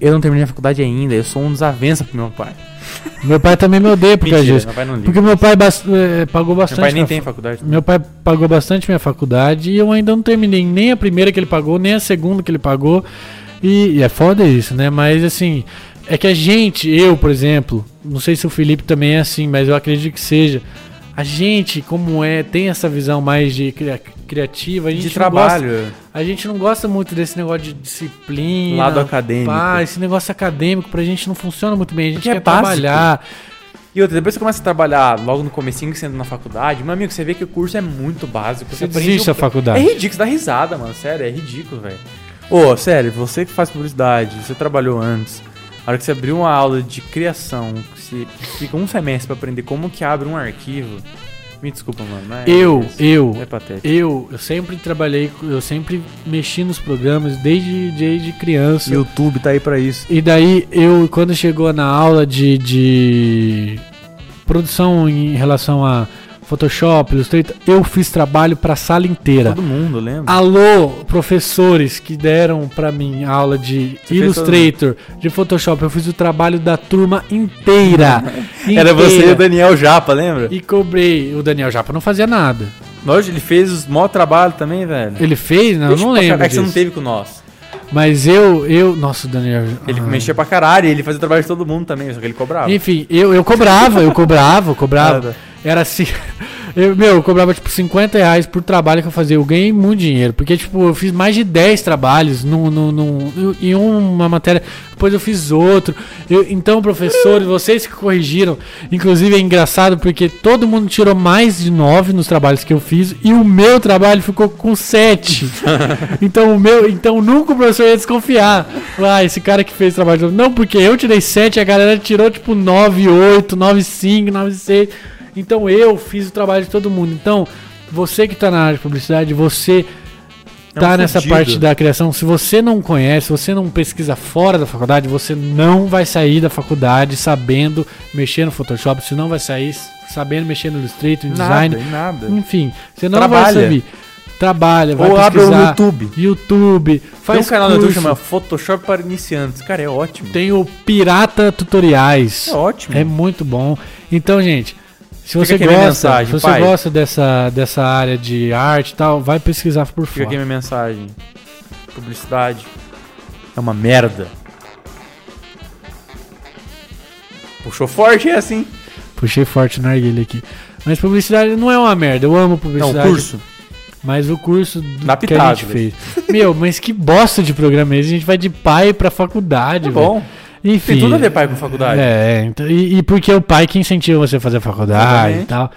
eu não terminei a faculdade ainda, eu sou um desavença pro meu pai. meu pai também me odeia por causa Mentira, disso. meu pai não liga. Porque meu pai bas- eh, pagou bastante. Meu pai nem na tem fa- faculdade. Meu pai pagou bastante minha faculdade e eu ainda não terminei nem a primeira que ele pagou, nem a segunda que ele pagou. E, e é foda isso, né? Mas assim, é que a gente, eu, por exemplo, não sei se o Felipe também é assim, mas eu acredito que seja. A gente, como é, tem essa visão mais de cria- criativa, a é gente De não trabalho. gosta- a gente não gosta muito desse negócio de disciplina. Lado acadêmico. Pá, esse negócio acadêmico pra gente não funciona muito bem. A gente Porque é quer básico. trabalhar. E outra, depois que você começa a trabalhar logo no comecinho que você entra na faculdade, meu amigo, você vê que o curso é muito básico. Você aprende desiste o- da faculdade. É ridículo, você dá risada, mano. Sério, é ridículo, velho. Ô, sério, você que faz publicidade, você trabalhou antes. A hora que você abriu uma aula de criação, que você fica um semestre pra aprender como que abre um arquivo. Me desculpa, mano. mas é Eu, isso. eu, É patético. eu, eu sempre trabalhei, com- eu sempre mexi nos programas desde, desde criança. YouTube tá aí pra isso. E daí eu, quando chegou na aula de, de produção em relação a Photoshop, Illustrator, eu fiz trabalho pra sala inteira. Todo mundo, lembra? Alô, professores que deram pra mim aula de Você Illustrator, de Photoshop, eu fiz o trabalho da turma inteira. *laughs* Era você e o Inteira. Daniel Japa, lembra? E cobrei. O Daniel Japa não fazia nada. Nós, ele fez os maior trabalho também, velho. Ele fez? Não, eu Deixa não pra lembro. cá, É que você não disso. teve com nós. Mas eu, eu. Nossa, o Daniel. Ele ah. mexia pra caralho, ele fazia o trabalho de todo mundo também, só que ele cobrava. Enfim, eu, eu cobrava, eu cobrava, eu cobrava. Nada. Era assim. *laughs* Eu, meu, eu cobrava tipo 50 reais por trabalho que eu fazia. Eu ganhei muito dinheiro. Porque, tipo, eu fiz mais de 10 trabalhos num, num, num- em uma matéria. Depois eu fiz outro. Eu- então, professores, vocês que corrigiram. Inclusive é engraçado porque todo mundo tirou mais de 9 nos trabalhos que eu fiz. E o meu trabalho ficou com 7. então, o meu, então nunca o professor ia desconfiar. Ah, esse cara que fez trabalho. de novo. Não, porque eu tirei 7, a galera tirou tipo 9, 8, 9, 5, 9, 6. Então eu fiz o trabalho de todo mundo. Então, você que tá na área de publicidade, você É um tá nessa fudido. parte da criação, se você não conhece, se você não pesquisa fora da faculdade, você não vai sair da faculdade sabendo mexer no Photoshop, você não vai sair sabendo mexer no Illustrator, no design. nada. Enfim, você não Trabalha. vai saber. Trabalha, vai Ou abre o pesquisar. YouTube. YouTube, Tem faz um canal no YouTube curso. chama Photoshop para iniciantes. Cara, é ótimo. Tem o Pirata Tutoriais. É ótimo. É muito bom. Então, gente, se você aqui a minha gosta, mensagem, se você pai. gosta dessa, dessa área de arte e tal, vai pesquisar por Fica aqui fora. minha mensagem. Publicidade é uma merda. Puxou forte é assim. Puxei forte na arguilha aqui. Mas publicidade não é uma merda. Eu amo Não, publicidade. é curso. né? Mas o curso do Dá que a gente pitado, fez. Meu, mas que bosta de programa é esse? A gente vai de pai pra faculdade, É velho. bom. Enfim. Tem tudo a ver pai com faculdade. É, então, e, e porque o pai que incentiva você a fazer a faculdade Exatamente. e tal.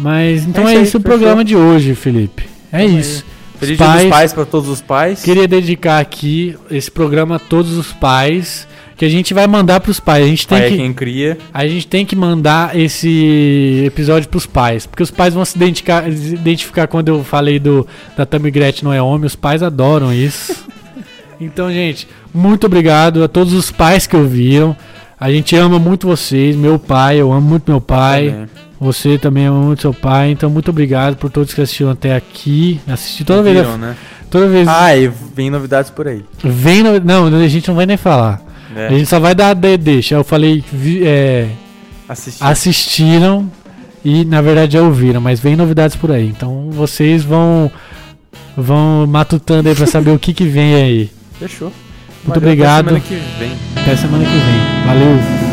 Mas então É é, isso aí, isso o fechou. programa de hoje, Felipe. É isso. Feliz Os dia pais- dos pais para todos os pais. Queria dedicar aqui esse programa a todos os pais, que a gente vai mandar pros pais. A gente tem Pai é que quem cria. a gente tem que mandar esse episódio pros pais, porque os pais vão se identificar, se identificar quando eu falei do da Tammy Gretchen não é homem, os pais adoram *laughs* isso. Então, gente, muito obrigado a todos os pais que ouviram. A gente ama muito vocês, meu pai, eu amo muito meu pai. Também. Você também ama muito seu pai, então muito obrigado por todos que assistiram até aqui. Assisti toda vez, Viram, né? toda vez Ah, e vem novidades por aí. vem, no- não, a gente não vai nem falar. É. A gente só vai dar de- deixa. Eu falei vi- é, Assistir. assistiram e na verdade já ouviram, mas vem novidades por aí. Então vocês vão vão matutando aí pra saber o que que vem aí. Fechou. Valeu, Muito até obrigado. Semana que vem. Até semana que vem. Valeu.